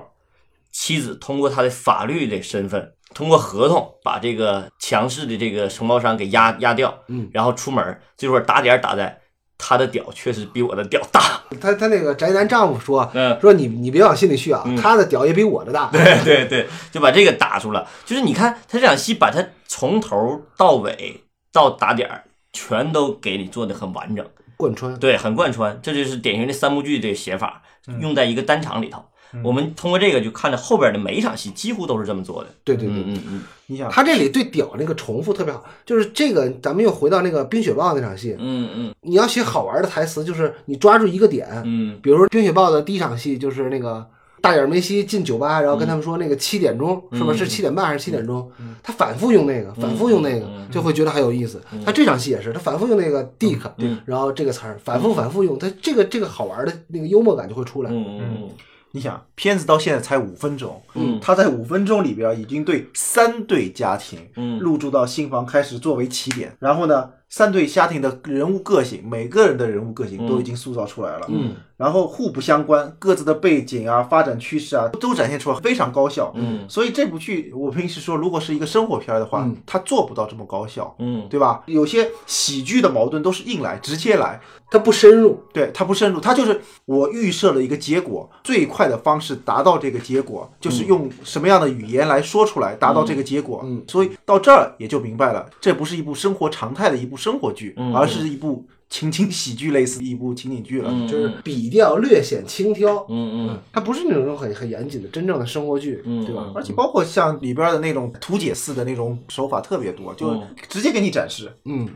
Speaker 2: 妻子通过她的法律的身份，通过合同把这个强势的这个承包商给压压掉，
Speaker 1: 嗯，
Speaker 2: 然后出门，这会儿打点儿打在他的屌确实比我的屌大，
Speaker 1: 他他那个宅男丈夫说
Speaker 2: 嗯，
Speaker 1: 说你你别往心里去啊，他的屌也比我的大。
Speaker 2: <laughs> 对对对，就把这个打出了。就是你看他这场戏，把他从头到尾到打点儿全都给你做的很完整。
Speaker 1: 贯穿。
Speaker 2: 对，很贯穿，这就是典型的三幕剧的写法，用在一个单场里头。我们通过这个就看到后边的每一场戏几乎都是这么做的。
Speaker 1: 对对对
Speaker 2: 嗯，嗯嗯，
Speaker 3: 你想，
Speaker 1: 他这里对屌那个重复特别好，就是这个，咱们又回到那个冰雪暴那场戏，
Speaker 2: 嗯嗯
Speaker 1: 你要写好玩的台词，就是你抓住一个点，
Speaker 2: 嗯
Speaker 1: 比如说冰雪暴的第一场戏就是那个大眼梅西进酒吧，然
Speaker 2: 嗯
Speaker 1: 后跟他们说那个七点钟、是不是是七点半还是七点钟？嗯他反复用那个，反复用那
Speaker 2: 嗯
Speaker 1: 个，就会觉得很有意思。他这场戏也是，他反复用那个 dick，、然
Speaker 2: 嗯
Speaker 1: 后这个词儿反复反复用，他这个这个好玩的那个幽默感就会出来。
Speaker 2: 嗯嗯
Speaker 3: 你想，片子到现在才五分钟，
Speaker 2: 嗯
Speaker 3: 他在五分钟里边已经对三对家庭，
Speaker 2: 嗯
Speaker 3: 入住到新房开始作为起点，然后呢，三对家庭的人物个性，每个人的人物个
Speaker 2: 嗯
Speaker 3: 性都已经塑造出来了，嗯，然后互不相关，各自的背景啊、发展趋势啊，都展现出来，非常高效，
Speaker 2: 嗯
Speaker 3: 所以这部剧我平时说，如果是一个生活片儿的话，它做不到这么高效，
Speaker 2: 嗯
Speaker 3: 对吧？有些喜剧的矛盾都是硬来，直接来，
Speaker 1: 他不深入，
Speaker 3: 对，它不深入，它就是我预设了一个结果，最快的方式达到这个结果，就是用什么样的语言来说出来，达到这个结果。
Speaker 1: 嗯
Speaker 3: 所以到这儿也就明白了，这不是一部生活常态的一部生活剧，而是一部情景喜剧类似的一部情景剧了。
Speaker 2: 嗯，
Speaker 1: 就是笔调略显轻佻，
Speaker 2: 嗯嗯
Speaker 1: 他不是那种很很严谨的真正的生活剧，对吧？
Speaker 3: 而且包括像里边的那种图解似的那种手法特别多，就
Speaker 2: 嗯
Speaker 3: 直接给你展示。
Speaker 1: 嗯，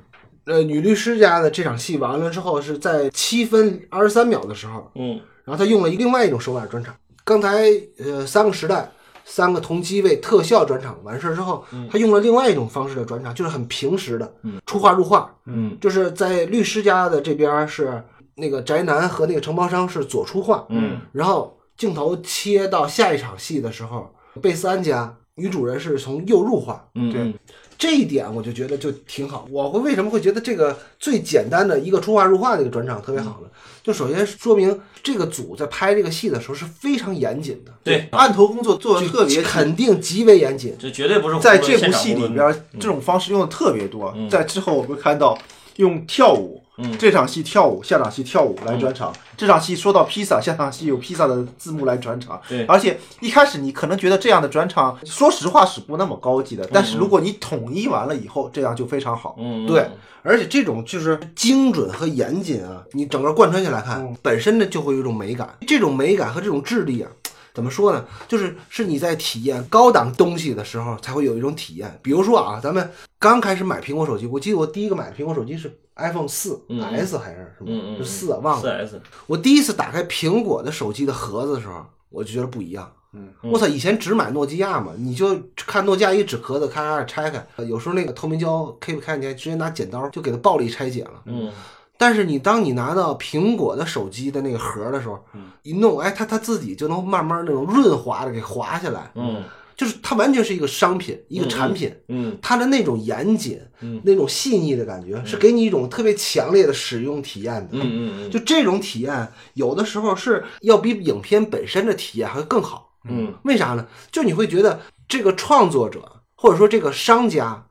Speaker 1: 呃，女律师家的这场戏完了之后是在七分二十三秒的时候，
Speaker 2: 嗯
Speaker 1: 然后他用了另外一种手法转场。刚才呃三个时代三个同机位特效转场完事儿之后，
Speaker 2: 嗯
Speaker 1: 他用了另外一种方式的转场，就是很平实的，出画入画，
Speaker 2: 嗯
Speaker 1: 就是在律师家的这边是那个宅男和那个承包商是左出画，
Speaker 2: 嗯
Speaker 1: 然后镜头切到下一场戏的时候，贝斯安家女主人是从右入画，
Speaker 2: 嗯，对，
Speaker 1: 这一点我就觉得就挺好。我会为什么会觉得这个最简单的一个出画入画的一个转场特别好呢？就首先说明这个组在拍这个戏的时候是非常严谨的，
Speaker 2: 对，
Speaker 3: 案头工作做的特别
Speaker 1: 肯定极为严谨。
Speaker 2: 这绝对不是
Speaker 3: 在这部戏里边，
Speaker 2: 嗯
Speaker 3: 这种方式用的特别多。在之后我们看到用跳舞，
Speaker 2: 嗯
Speaker 3: 这场戏跳舞，下场戏跳舞来转场。这场戏说到披萨，下场戏有披萨的字幕来转场。
Speaker 2: 对
Speaker 3: 而且一开始你可能觉得这样的转场，说实话是不那么高级的，但是如果你统一完了以后，这样就非常好。
Speaker 2: 嗯，
Speaker 1: 对，而且这种就是精准和严谨啊，你整个贯穿下来看，
Speaker 2: 嗯
Speaker 1: 本身呢就会有一种美感。这种美感和这种质地啊，怎么说呢？就是是你在体验高档东西的时候才会有一种体验。比如说啊，咱们刚开始买苹果手机，我记得我第一个买的苹果手机是 iPhone 四
Speaker 2: 嗯
Speaker 1: S 还是什么？
Speaker 2: 嗯嗯
Speaker 1: 是四啊，忘
Speaker 2: 四
Speaker 1: 了。
Speaker 2: S，
Speaker 1: 我第一次打开苹果的手机的盒子的时候，我就觉得不一样。
Speaker 3: 嗯，
Speaker 1: 我操，以前只买诺基亚嘛，你就看诺基亚一纸壳子，咔咔拆开，有时候那个透明胶 K 不开，你还直接拿剪刀就给它暴力拆解了。
Speaker 2: 嗯，
Speaker 1: 但是你当你拿到苹果的手机的那个盒的时候，一弄，哎，它它自己就能慢慢那种润滑的给滑下来。
Speaker 2: 嗯，
Speaker 1: 就是它完全是一个商品，一个产品。
Speaker 2: 嗯
Speaker 1: 它的那种严谨，
Speaker 2: 嗯
Speaker 1: 那种细腻的感觉，是给你一种特别强烈的使用体验的。
Speaker 2: 嗯嗯嗯，
Speaker 1: 就这种体验，有的时候是要比影片本身的体验还更好。
Speaker 2: 嗯
Speaker 1: 为啥呢？就你会觉得这个创作者或者说这个商家，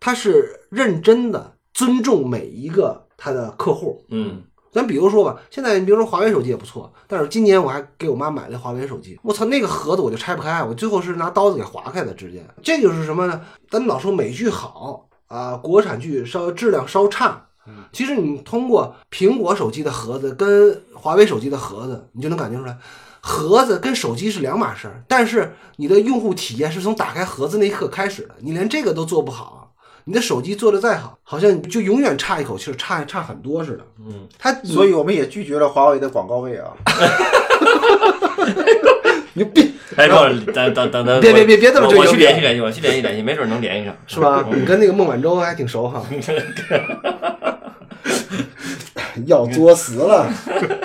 Speaker 1: 他是认真的尊重每一个他的客户。
Speaker 2: 嗯
Speaker 1: 咱比如说吧，现在你比如说华为手机也不错，但是今年我还给我妈买了华为手机，我操，那个盒子我就拆不开，我最后是拿刀子给划开的，直接。这就是什么呢？咱们老说美剧好啊，国产剧稍质量稍差。其实你通过苹果手机的盒子跟华为手机的盒子，你就能感觉出来，盒子跟手机是两码事儿。但是你的用户体验是从打开盒子那一刻开始的，你连这个都做不好，你的手机做的再好，好像就永远差一口气儿，差差很多似的。
Speaker 2: 嗯，
Speaker 1: 它
Speaker 3: 所以我们也拒绝了华为的广告位啊。牛逼！
Speaker 2: 哎，不，等等等等，
Speaker 1: 别别别别这么追
Speaker 2: 我
Speaker 1: 求
Speaker 2: 去联系联系，我去联系联系，没准能联系上，
Speaker 1: 是 <laughs> 吧？你跟那个孟晚舟还挺熟 <laughs> 哈，
Speaker 3: <laughs> 要作死 <laughs> 了。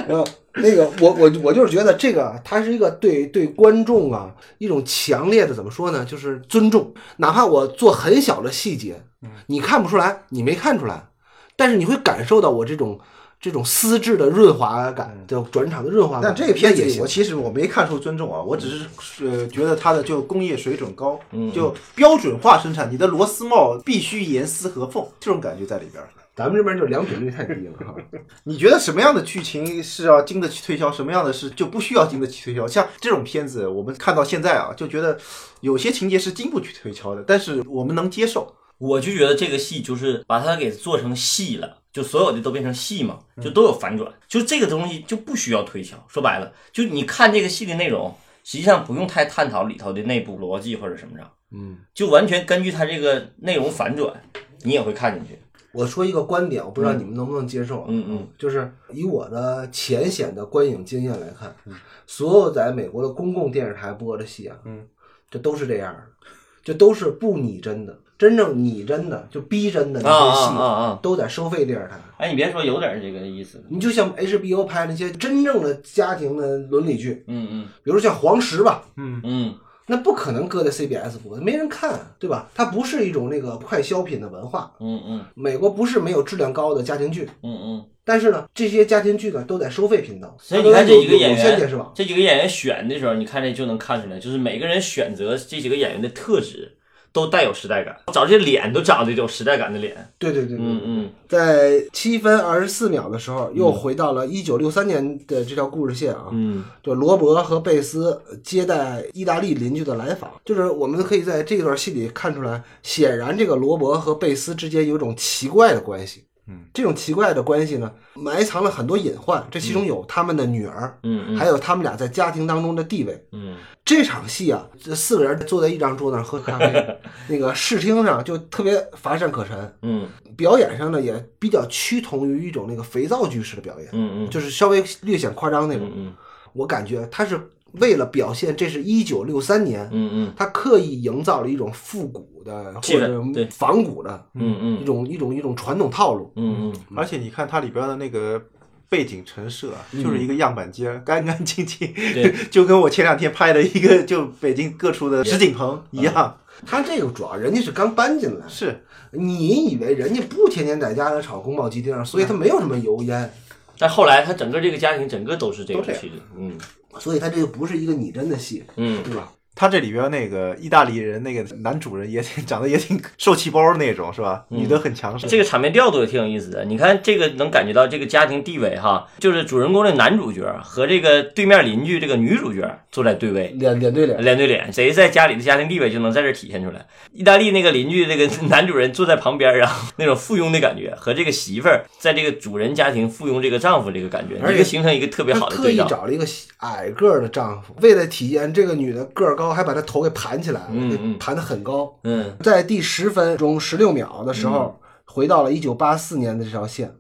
Speaker 1: 呃，那个我我我就是觉得这个它是一个对对观众啊一种强烈的怎么说呢，就是尊重，哪怕我做很小的细节，你看不出来，你没看出来，但是你会感受到我这种这种丝质的润滑感，叫转场的润滑感。
Speaker 3: 但这片
Speaker 1: 嗯那也
Speaker 3: 子
Speaker 1: 行
Speaker 3: 我，其实我没看出尊重啊，我只是呃觉得它的就工业水准高，
Speaker 2: 嗯
Speaker 3: 就标准化生产，你的螺丝帽必须严丝合缝，这种感觉在里边儿。
Speaker 1: 咱们这边就是良品率太低了哈。
Speaker 3: 你觉得什么样的剧情是要经得起推销，什么样的是就不需要经得起推销？像这种片子，我们看到现在啊，就觉得有些情节是经不起推销的，但是我们能接受。
Speaker 2: 我就觉得这个戏就是把它给做成戏了，就所有的都变成戏嘛，就都有反转，就这个东西就不需要推敲。说白了，就你看这个戏的内容，实际上不用太探讨里头的内部逻辑或者什么上，
Speaker 1: 嗯，
Speaker 2: 就完全根据它这个内容反转，你也会看进去。
Speaker 1: <laughs> 我说一个观点，我不知道你们能不能接受啊。
Speaker 2: 嗯嗯
Speaker 1: 就是以我的浅显的观影经验来看，
Speaker 2: 嗯
Speaker 1: 所有在美国的公共电视台播的戏啊，
Speaker 3: 嗯，
Speaker 1: 这都是这样的，这都是不拟真的，真正拟真的就逼真的那
Speaker 2: 啊
Speaker 1: 些
Speaker 2: 啊
Speaker 1: 戏，
Speaker 2: 啊啊！
Speaker 1: 都在收费电视台。
Speaker 2: 哎，你别说，有点这个意思。
Speaker 1: 你就像 HBO 拍那些真正的家庭的伦理剧，
Speaker 2: 嗯嗯
Speaker 1: 比如像《黄石》吧，
Speaker 3: 嗯，
Speaker 2: 嗯
Speaker 1: 那不可能搁在 CBS 播，没人看，对吧？它不是一种那个快消品的文化。
Speaker 2: 嗯嗯
Speaker 1: 美国不是没有质量高的家庭剧，
Speaker 2: 嗯嗯，
Speaker 1: 但是呢，这些家庭剧呢都在收费频道，
Speaker 2: 所以你看这几个演
Speaker 1: 有线电视
Speaker 2: 员
Speaker 1: 网，，
Speaker 2: 这几个演员选的时候，你看这就能看出来，就是每个人选择这几个演员的特质都带有时代感，找这些脸都长得有时代感的脸。
Speaker 1: 对对对对，
Speaker 2: 嗯嗯
Speaker 1: 在七分二十四秒的时候，又回到了一九六三年的这条故事线啊。
Speaker 2: 嗯
Speaker 1: 就罗伯和贝斯接待意大利邻居的来访，就是我们可以在这段戏里看出来，显然这个罗伯和贝斯之间有一种奇怪的关系。
Speaker 3: 嗯，
Speaker 1: 这种奇怪的关系呢，埋藏了很多隐患，这其中有他们的女儿，
Speaker 2: 嗯嗯
Speaker 1: 还有他们俩在家庭当中的地位。
Speaker 2: 嗯
Speaker 1: 这场戏啊，这四个人坐在一张桌子上喝咖
Speaker 2: <laughs>
Speaker 1: 啡，那个视听上就特别乏善可陈。
Speaker 2: 嗯
Speaker 1: 表演上呢也比较趋同于一种那个肥皂剧式的表演，
Speaker 2: 嗯嗯
Speaker 1: 就是稍微略显夸张那种。
Speaker 2: 嗯
Speaker 1: 我感觉他是为了表现这是一九六三年，
Speaker 2: 嗯
Speaker 1: 他刻意营造了一种复古的或
Speaker 2: 气氛
Speaker 1: 者
Speaker 2: 对
Speaker 1: 仿古的一
Speaker 2: 嗯
Speaker 1: 种一种一种传统套路。
Speaker 2: 嗯嗯，
Speaker 3: 而且你看它里边的那个背景陈设啊，就是一个样板间，干干净净，
Speaker 2: 嗯
Speaker 3: <laughs>
Speaker 2: 对
Speaker 3: 就跟我前两天拍的一个就北京各处的石景棚一样。
Speaker 2: 嗯
Speaker 1: 他这个主要人家是刚搬进来，
Speaker 3: 是，
Speaker 1: 你以为人家不天天在家里炒宫保鸡丁，所以他
Speaker 2: 嗯
Speaker 1: 没有什么油烟，
Speaker 2: 但后来他整个这个家庭整个都是这个趋势。嗯
Speaker 1: 所以他这个不是一个拟真的戏，
Speaker 2: 嗯
Speaker 1: 对吧？
Speaker 3: 他这里边那个意大利人那个男主人也挺长得也挺受气包那种，是吧？女的很强势。
Speaker 2: 嗯这个场面调度也挺有意思的。你看这个能感觉到这个家庭地位哈，就是主人公的男主角和这个对面邻居这个女主角坐在对位。
Speaker 1: 脸脸对脸，
Speaker 2: 脸对脸，谁在家里的家庭地位就能在这儿体现出来。意大利那个邻居，那个 <laughs> 男主人坐在旁边，然后那种附庸的感觉，和这个媳妇儿在这个主人家庭附庸这个丈夫这个感觉，
Speaker 1: 而且
Speaker 2: 一个形成一个特别
Speaker 1: 他
Speaker 2: 好的
Speaker 1: 特
Speaker 2: 对
Speaker 1: 意
Speaker 2: 照。
Speaker 1: 找了一个矮个儿的丈夫，为了体验这个女的个儿高，还把她头给盘起来了，
Speaker 2: 嗯
Speaker 1: 给
Speaker 2: 嗯
Speaker 1: 盘得很高。
Speaker 2: 嗯
Speaker 1: 在第十分钟十六秒的时候，回到了一九八四年的这条线，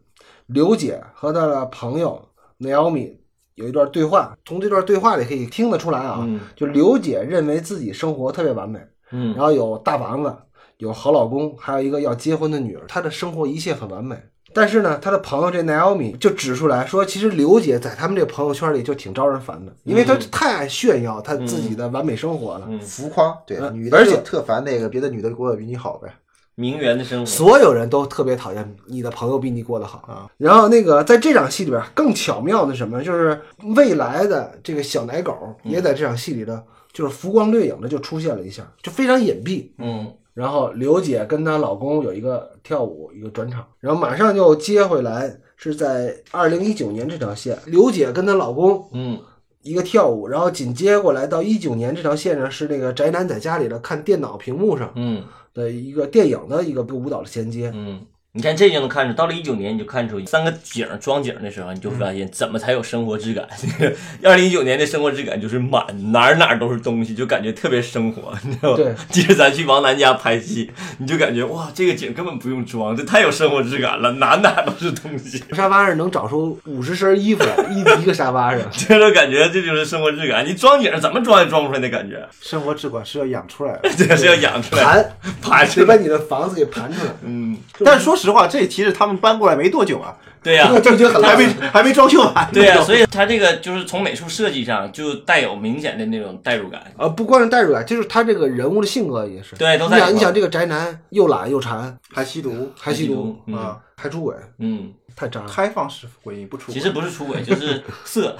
Speaker 1: 刘姐和她的朋友 Naomi 有一段对话，从这段对话里可以听得出来啊，
Speaker 2: 嗯
Speaker 1: 就刘姐认为自己生活特别完美，
Speaker 2: 嗯
Speaker 1: 然后有大房子，有好老公，还有一个要结婚的女儿，她的生活一切很完美。但是呢，她的朋友这 Naomi 就指出来说，其实刘姐在他们这朋友圈里就挺招人烦的，因为她太爱炫耀她自己的完美生活了。
Speaker 2: 嗯
Speaker 3: 浮夸，对，
Speaker 1: 嗯
Speaker 3: 女的
Speaker 1: 而
Speaker 3: 就
Speaker 1: 且
Speaker 3: 特烦那个别的女的过得比你好呗，
Speaker 2: 名媛的生活，
Speaker 1: 所有人都特别讨厌你的朋友比你过得好啊。然后那个在这场戏里边更巧妙的是什么呢，就是未来的这个小奶狗
Speaker 2: 嗯
Speaker 1: 也在这场戏里的，就是浮光掠影的就出现了一下，就非常隐蔽。
Speaker 2: 嗯
Speaker 1: 然后刘姐跟她老公有一个跳舞一个转场，然后马上又接回来，是在二零一九年这条线，刘姐跟她老公
Speaker 2: 嗯
Speaker 1: 一个跳舞，然后紧接过来到一九年这条线上是那个宅男在家里的看电脑屏幕上
Speaker 2: 嗯
Speaker 1: 的一个电影的一个舞蹈的衔接，
Speaker 2: 嗯，你看这就能看出，到了一九年你就看出三个景儿装景儿的时候，你就发现怎么才有生活质感。 <laughs> 二零一九年的生活质感就是满 <laughs> 哪儿哪儿都是东西，就感觉特别生活，你知道吧？
Speaker 1: 对，
Speaker 2: 即使咱去王楠家拍戏，你就感觉哇，这个景根本不用装，这太有生活质感了，哪哪儿都是东西。 <laughs>
Speaker 1: 沙发上能找出五十身衣服来，一一个沙发上。
Speaker 2: 这种感觉，这就是生活质感。你装景儿怎么装也装不出来那感觉， <laughs>
Speaker 3: 生活质感是要养出来的。
Speaker 2: 这个是要养出来、
Speaker 1: 盘，
Speaker 2: 爬出
Speaker 1: 得把
Speaker 2: 来。
Speaker 1: 你的房子给盘出来，
Speaker 2: 嗯，
Speaker 3: 但是说实话，这其实他们搬过来没多久 <laughs> 啊，
Speaker 2: 对呀、
Speaker 1: 这已经很
Speaker 3: 还
Speaker 1: 烂
Speaker 3: 没
Speaker 1: 了。
Speaker 3: 还没装修完。
Speaker 2: <laughs> 对啊呀、所以它这个就是从美术设计上就带有明显的那种代入感。
Speaker 1: 啊，不光是代入感，就是他这个人物的性格也是。
Speaker 2: 对都
Speaker 1: 你
Speaker 2: 带入
Speaker 1: 想，你
Speaker 2: 感
Speaker 1: 想这个宅男又懒又馋，
Speaker 3: 还吸毒
Speaker 1: 还吸毒，
Speaker 2: 嗯
Speaker 3: 啊，
Speaker 1: 还出轨，
Speaker 2: 嗯，
Speaker 1: 太渣了。
Speaker 3: 开放式婚姻不出轨。
Speaker 2: 其实不是出轨，就是色。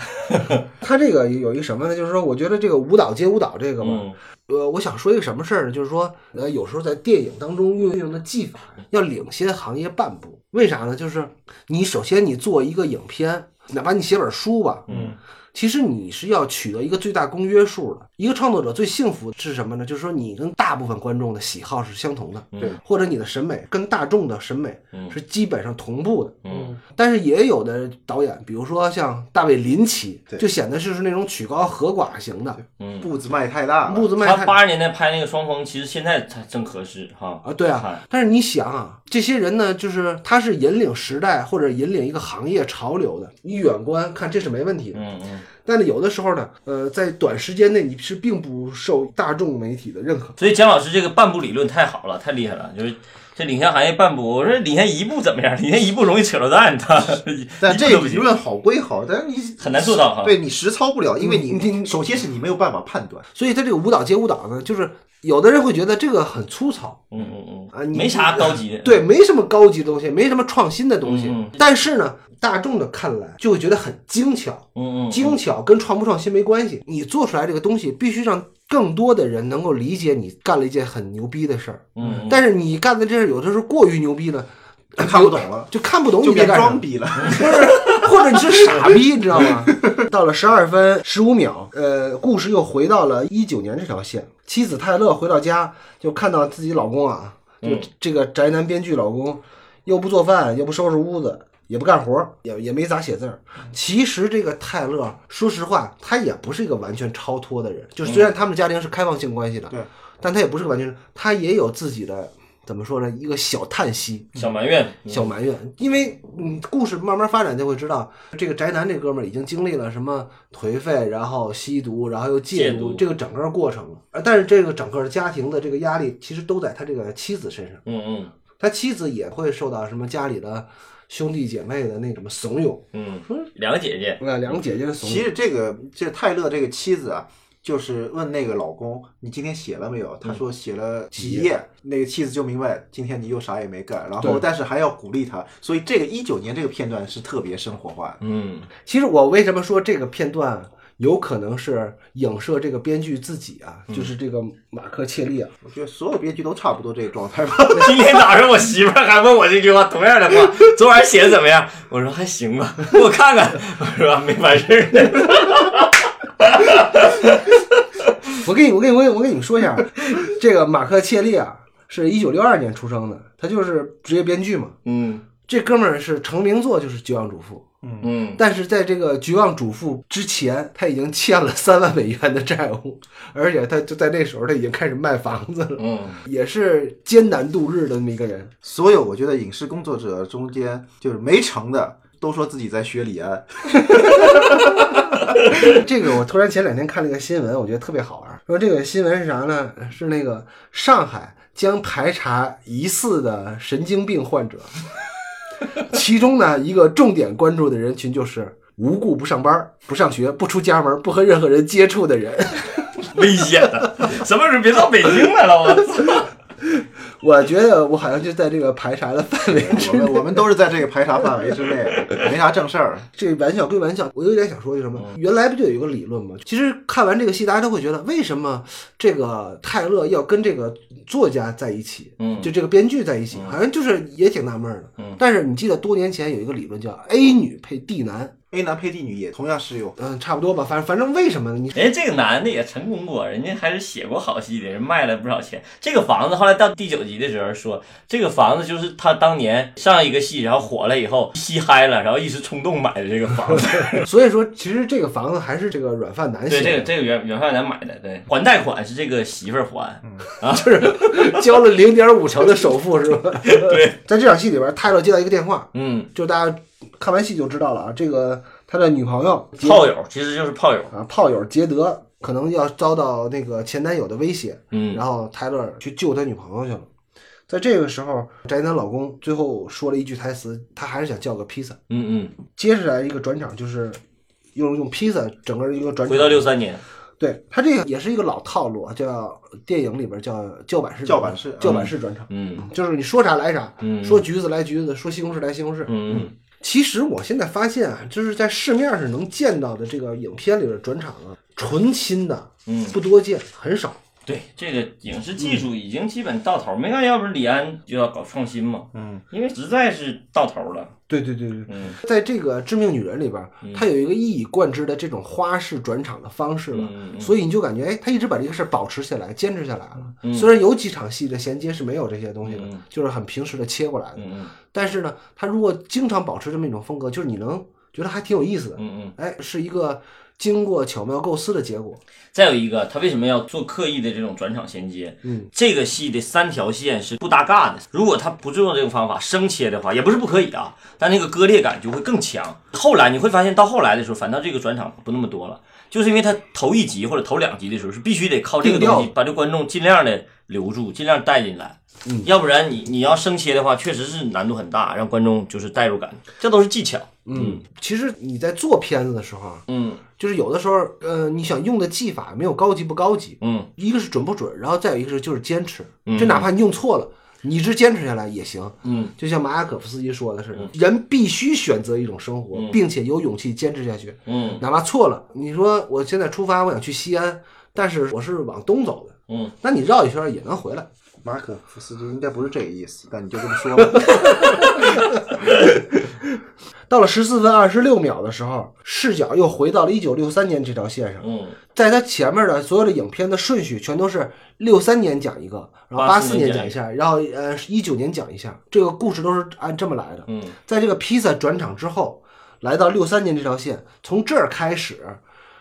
Speaker 1: 他这个有一个什么呢？就是说，我觉得这个舞蹈接舞蹈这个吧，
Speaker 2: 嗯
Speaker 1: 呃，我想说一个什么事儿呢？就是说，呃，有时候在电影当中运用的技法要领先行业半步。为啥呢？就是你首先你做一个影片，哪怕你写本书吧，
Speaker 2: 嗯，
Speaker 1: 其实你是要取得一个最大公约数的。一个创作者最幸福的是什么呢？就是说你跟大部分观众的喜好是相同的，
Speaker 2: 对，
Speaker 1: 或者你的审美跟大众的审美
Speaker 2: 嗯
Speaker 1: 是基本上同步的。
Speaker 2: 嗯
Speaker 1: 但是也有的导演，比如说像大卫林奇，
Speaker 3: 对
Speaker 1: 就显得就是那种曲高和寡型的，
Speaker 2: 嗯。
Speaker 3: 步子迈太大了，
Speaker 1: 步子迈
Speaker 2: 他
Speaker 1: 太
Speaker 2: 八十年代拍那个《双峰》，其实现在才正合适哈。
Speaker 1: 啊，对啊
Speaker 2: 哎。
Speaker 1: 但是你想啊，这些人呢，就是他是引领时代或者引领一个行业潮流的，你远观看这是没问题的。
Speaker 2: 嗯嗯。
Speaker 1: 但是有的时候呢，呃，在短时间内你是并不受大众媒体的认可。
Speaker 2: 所以姜老师这个半步理论太好了，太厉害了，就是。这领先行业半步，我说领先一步怎么样？领先一步容易扯到蛋，他
Speaker 1: <laughs>
Speaker 3: 但
Speaker 2: 一步
Speaker 3: 这
Speaker 2: 都不
Speaker 3: 理
Speaker 2: 行
Speaker 3: 论好归好，但是你
Speaker 2: 很难做到哈
Speaker 3: 对你实操不了，因
Speaker 1: 嗯
Speaker 3: 为你首先是你没有办法判断，
Speaker 1: 所以他这个舞蹈接舞蹈呢，就是有的人会觉得这个很粗糙，
Speaker 2: 嗯嗯
Speaker 1: 啊
Speaker 2: 嗯，
Speaker 1: 你
Speaker 2: 没啥高级的，
Speaker 1: 对，没什么高级的东西，没什么创新的东西。
Speaker 2: 嗯
Speaker 1: 但是呢，大众的看来就会觉得很精巧，
Speaker 2: 嗯，嗯嗯，
Speaker 1: 精巧跟创不创新没关系，你做出来这个东西必须让更多的人能够理解你干了一件很牛逼的事儿。
Speaker 2: 嗯，嗯
Speaker 1: 但是你干的这事儿有的时候过于牛逼了，
Speaker 3: 看不懂了，
Speaker 1: 就看不懂
Speaker 3: 就
Speaker 1: 你在
Speaker 3: 变
Speaker 1: 干什
Speaker 3: 装
Speaker 1: 么。嗯
Speaker 3: 逼了。
Speaker 1: 不是， <laughs> 或者你是傻逼，你知道吗？ <laughs> 到了十二分十五秒，呃，故事又回到了一九年这条线。妻子泰勒回到家，就看到自己老公啊，就
Speaker 2: 嗯
Speaker 1: 这个宅男编剧老公，又不做饭，又不收拾屋子，也不干活，也也没咋写字儿。其实这个泰勒，说实话，他也不是一个完全超脱的人，就虽然他们家庭是开放性关系的，
Speaker 3: 对
Speaker 1: 但他也不是个完全，他也有自己的怎么说呢，一个小叹息。
Speaker 2: 小埋怨，
Speaker 1: 小埋怨，因为嗯，故事慢慢发展就会知道，这个宅男这哥们儿已经经历了什么颓废，然后吸毒，然后又戒
Speaker 2: 戒毒
Speaker 1: 这个整个过程了。而但是这个整个家庭的这个压力，其实都在他这个妻子身上，
Speaker 2: 嗯嗯
Speaker 1: 他妻子也会受到什么家里的兄弟姐妹的那什么怂恿，
Speaker 2: 嗯嗯，两个姐姐，
Speaker 1: 呃，两个姐姐的怂
Speaker 3: 其
Speaker 1: 恿，
Speaker 3: 实这个这泰勒这个妻子啊，就是问那个老公，你今天写了没有？
Speaker 1: 嗯
Speaker 3: 他说写了几页，那个妻子就明白今天你又啥也没干，然后
Speaker 1: 对
Speaker 3: 但是还要鼓励他，所以这个一九年这个片段是特别生活化的。
Speaker 2: 嗯
Speaker 1: 其实我为什么说这个片段？有可能是影射这个编剧自己啊，就是这个马克切利啊，
Speaker 3: 我觉得所有编剧都差不多这个状态吧。 <laughs>
Speaker 2: <laughs> 今天早上我媳妇儿还问我这句话，同样的话， <laughs> 昨晚写的怎么样？我说还行吧， <laughs> 给我看看。我说没完事儿。
Speaker 1: <laughs> 我跟你，我跟你，我跟你我跟你们说一下，啊这个马克切利啊，是一九六二年出生的，他就是职业编剧嘛。
Speaker 2: 嗯
Speaker 1: 这哥们儿是成名作就是《绝望主妇》，
Speaker 2: 嗯，
Speaker 1: 但是在这个《绝望主妇》之前，他已经欠了三万美元的债务，而且他就在那时候他已经开始卖房子了，
Speaker 2: 嗯，
Speaker 1: 也是艰难度日的那么一个人。
Speaker 3: 所有我觉得影视工作者中间就是没成的，都说自己在学李安。
Speaker 1: <laughs> 这个我突然前两天看了一个新闻，我觉得特别好玩儿。说这个新闻是啥呢？是那个上海将排查疑似的神经病患者，其中呢一个重点关注的人群就是无故不上班、不上学、不出家门、不和任何人接触的人。 <laughs>
Speaker 2: 危险的，什么时候别到北京来了？我操！
Speaker 1: 我觉得我好像就在这个排查的范围之
Speaker 3: <laughs> 我们我们都是在这个排查范围之内，没啥正事儿。
Speaker 1: 这玩笑归玩笑，我有点想说句什么。原来不就有一个理论吗？其实看完这个戏，大家都会觉得，为什么这个泰勒要跟这个作家在一起，
Speaker 2: 嗯
Speaker 1: 就这个编剧在一起，好像就是也挺纳闷儿的。
Speaker 2: 嗯
Speaker 1: 但是你记得多年前有一个理论叫 A 女配 D 男，
Speaker 3: A 男配 D 女也同样适用。
Speaker 1: 嗯，差不多吧，反正反正为什么呢？你
Speaker 2: 人家哎这个男的也成功过，人家还是写过好戏的，人卖了不少钱。这个房子后来到第九集的时候说，这个房子就是他当年上一个戏，然后火了以后吸嗨了，然后一时冲动买的这个房 <laughs> 子。
Speaker 1: 所以说， <laughs> 其实这个房子还是这个软饭男
Speaker 2: 对，
Speaker 1: 写
Speaker 2: 这个
Speaker 1: 的，
Speaker 2: 这个原原范男买的，对，还贷款是这个媳妇儿还，
Speaker 1: <laughs> 交了零点五成的首付是
Speaker 2: <laughs>
Speaker 1: 吧？对， <laughs> 在这场戏里边，泰勒接到一个电话，
Speaker 2: 嗯，
Speaker 1: 就大家看完戏就知道了啊，这个他的女朋友
Speaker 2: 炮友其实就是炮友，
Speaker 1: 啊，炮友捷德可能要遭到那个前男友的威胁，
Speaker 2: 嗯
Speaker 1: 然后泰勒去救他女朋友去了。在这个时候，宅男老公最后说了一句台词，他还是想叫个披萨。
Speaker 2: 嗯嗯，
Speaker 1: 接下来一个转场就是用用披萨整个一个转场，
Speaker 2: 回到六三年，
Speaker 1: 对他这个也是一个老套路，啊叫电影里边叫叫板式转
Speaker 3: 叫板式
Speaker 1: 叫板式转场，
Speaker 2: 嗯
Speaker 1: 就是你说啥来啥，
Speaker 2: 嗯，
Speaker 1: 说橘子来橘子，说西红柿来西红柿。
Speaker 2: 嗯嗯
Speaker 1: 其实我现在发现啊，就是在市面上能见到的这个影片里边转场啊，纯亲的
Speaker 2: 嗯，
Speaker 1: 不多见，很少。
Speaker 2: 对，这个影视技术已经基本到头儿，没看要不是李安就要搞创新嘛，
Speaker 3: 嗯，
Speaker 2: 因为实在是到头儿了，
Speaker 1: 对对对对，
Speaker 2: 嗯
Speaker 1: 在这个《致命女人》里边，它有一个一以贯之的这种花式转场的方式了，
Speaker 2: 嗯嗯
Speaker 1: 所以你就感觉，哎，他一直把这个事儿保持下来，坚持下来了。
Speaker 2: 嗯
Speaker 1: 虽然有几场戏的衔接是没有这些东西的，
Speaker 2: 嗯
Speaker 1: 就是很平时的切过来的，
Speaker 2: 嗯
Speaker 1: 但是呢，他如果经常保持这么一种风格，就是你能觉得还挺有意思的
Speaker 2: 嗯，嗯
Speaker 1: 哎，是一个经过巧妙构思的结果。
Speaker 2: 嗯。再有一个，他为什么要做刻意的这种转场衔接？
Speaker 1: 嗯，
Speaker 2: 这个戏的三条线是不搭嘎的。如果他不用这种方法生切的话，也不是不可以啊，但那个割裂感就会更强。后来你会发现，到后来的时候，反倒这个转场不那么多了，就是因为他头一集或者头两集的时候是必须得靠这个
Speaker 1: 定调
Speaker 2: 东西把这观众尽量的留住，尽量带进来。
Speaker 1: 嗯
Speaker 2: 要不然你你要生切的话，确实是难度很大，让观众就是代入感，这都是技巧。嗯
Speaker 1: 其实你在做片子的时候啊，
Speaker 2: 嗯
Speaker 1: 就是有的时候，呃，你想用的技法没有高级不高级，
Speaker 2: 嗯，
Speaker 1: 一个是准不准，然后再有一个是就是坚持，这哪怕你用错了，你一直坚持下来也行。
Speaker 2: 嗯，
Speaker 1: 就像马雅可夫斯基说的似的，人必须选择一种生活，并且有勇气坚持下去，
Speaker 2: 嗯
Speaker 1: 哪怕错了。你说我现在出发，我想去西安，但是我是往东走的，
Speaker 2: 嗯，
Speaker 1: 那你绕一圈也能回来。
Speaker 3: 马可夫斯基应该不是这个意思，但你就这么说吧。
Speaker 1: 到了十四分二十六秒的时候，视角又回到了一九六三年这条线上。
Speaker 2: 嗯，
Speaker 1: 在它前面的所有的影片的顺序全都是六三年讲一个，然后八
Speaker 2: 84
Speaker 1: 四
Speaker 2: 年
Speaker 1: 年讲一下，然后呃一九年讲一下，这个故事都是按这么来的。
Speaker 2: 嗯，
Speaker 1: 在这个披萨转场之后，来到六三年这条线，从这儿开始，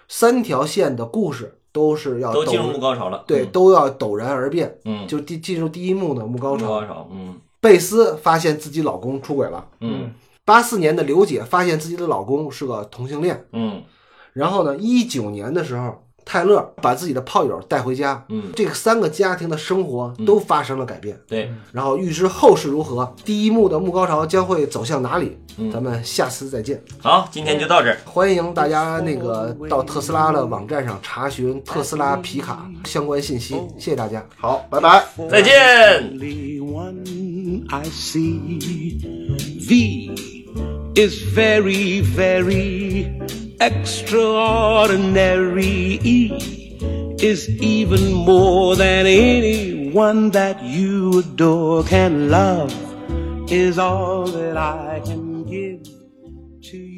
Speaker 1: 三条线的故事都是要
Speaker 2: 都进入
Speaker 1: 陡
Speaker 2: 幕高潮了。
Speaker 1: 啊对，都要陡然而变，
Speaker 2: 嗯，
Speaker 1: 就第进入第一幕的幕高
Speaker 2: 幕
Speaker 1: 潮。
Speaker 2: 高潮，嗯
Speaker 1: 贝斯发现自己老公出轨了，
Speaker 2: 嗯
Speaker 1: 八四年的刘姐发现自己的老公是个同性恋。
Speaker 2: 嗯
Speaker 1: 然后呢，一九年的时候，泰勒把自己的炮友带回家，
Speaker 2: 嗯，
Speaker 1: 这三个家庭的生活都发生了改变。
Speaker 2: 对，
Speaker 1: 然后预知后事如何，第一幕的幕高潮将会走向哪里？咱们下次再见。
Speaker 2: 好，今天就到这儿。
Speaker 1: 欢迎大家那个到特斯拉的网站上查询特斯拉皮卡相关信息。谢谢大家。
Speaker 3: 好，拜拜。
Speaker 2: 再见。
Speaker 4: only one I see. V is very, very extraordinary. E is even more than anyone that you adore can love, is all that I can give to you.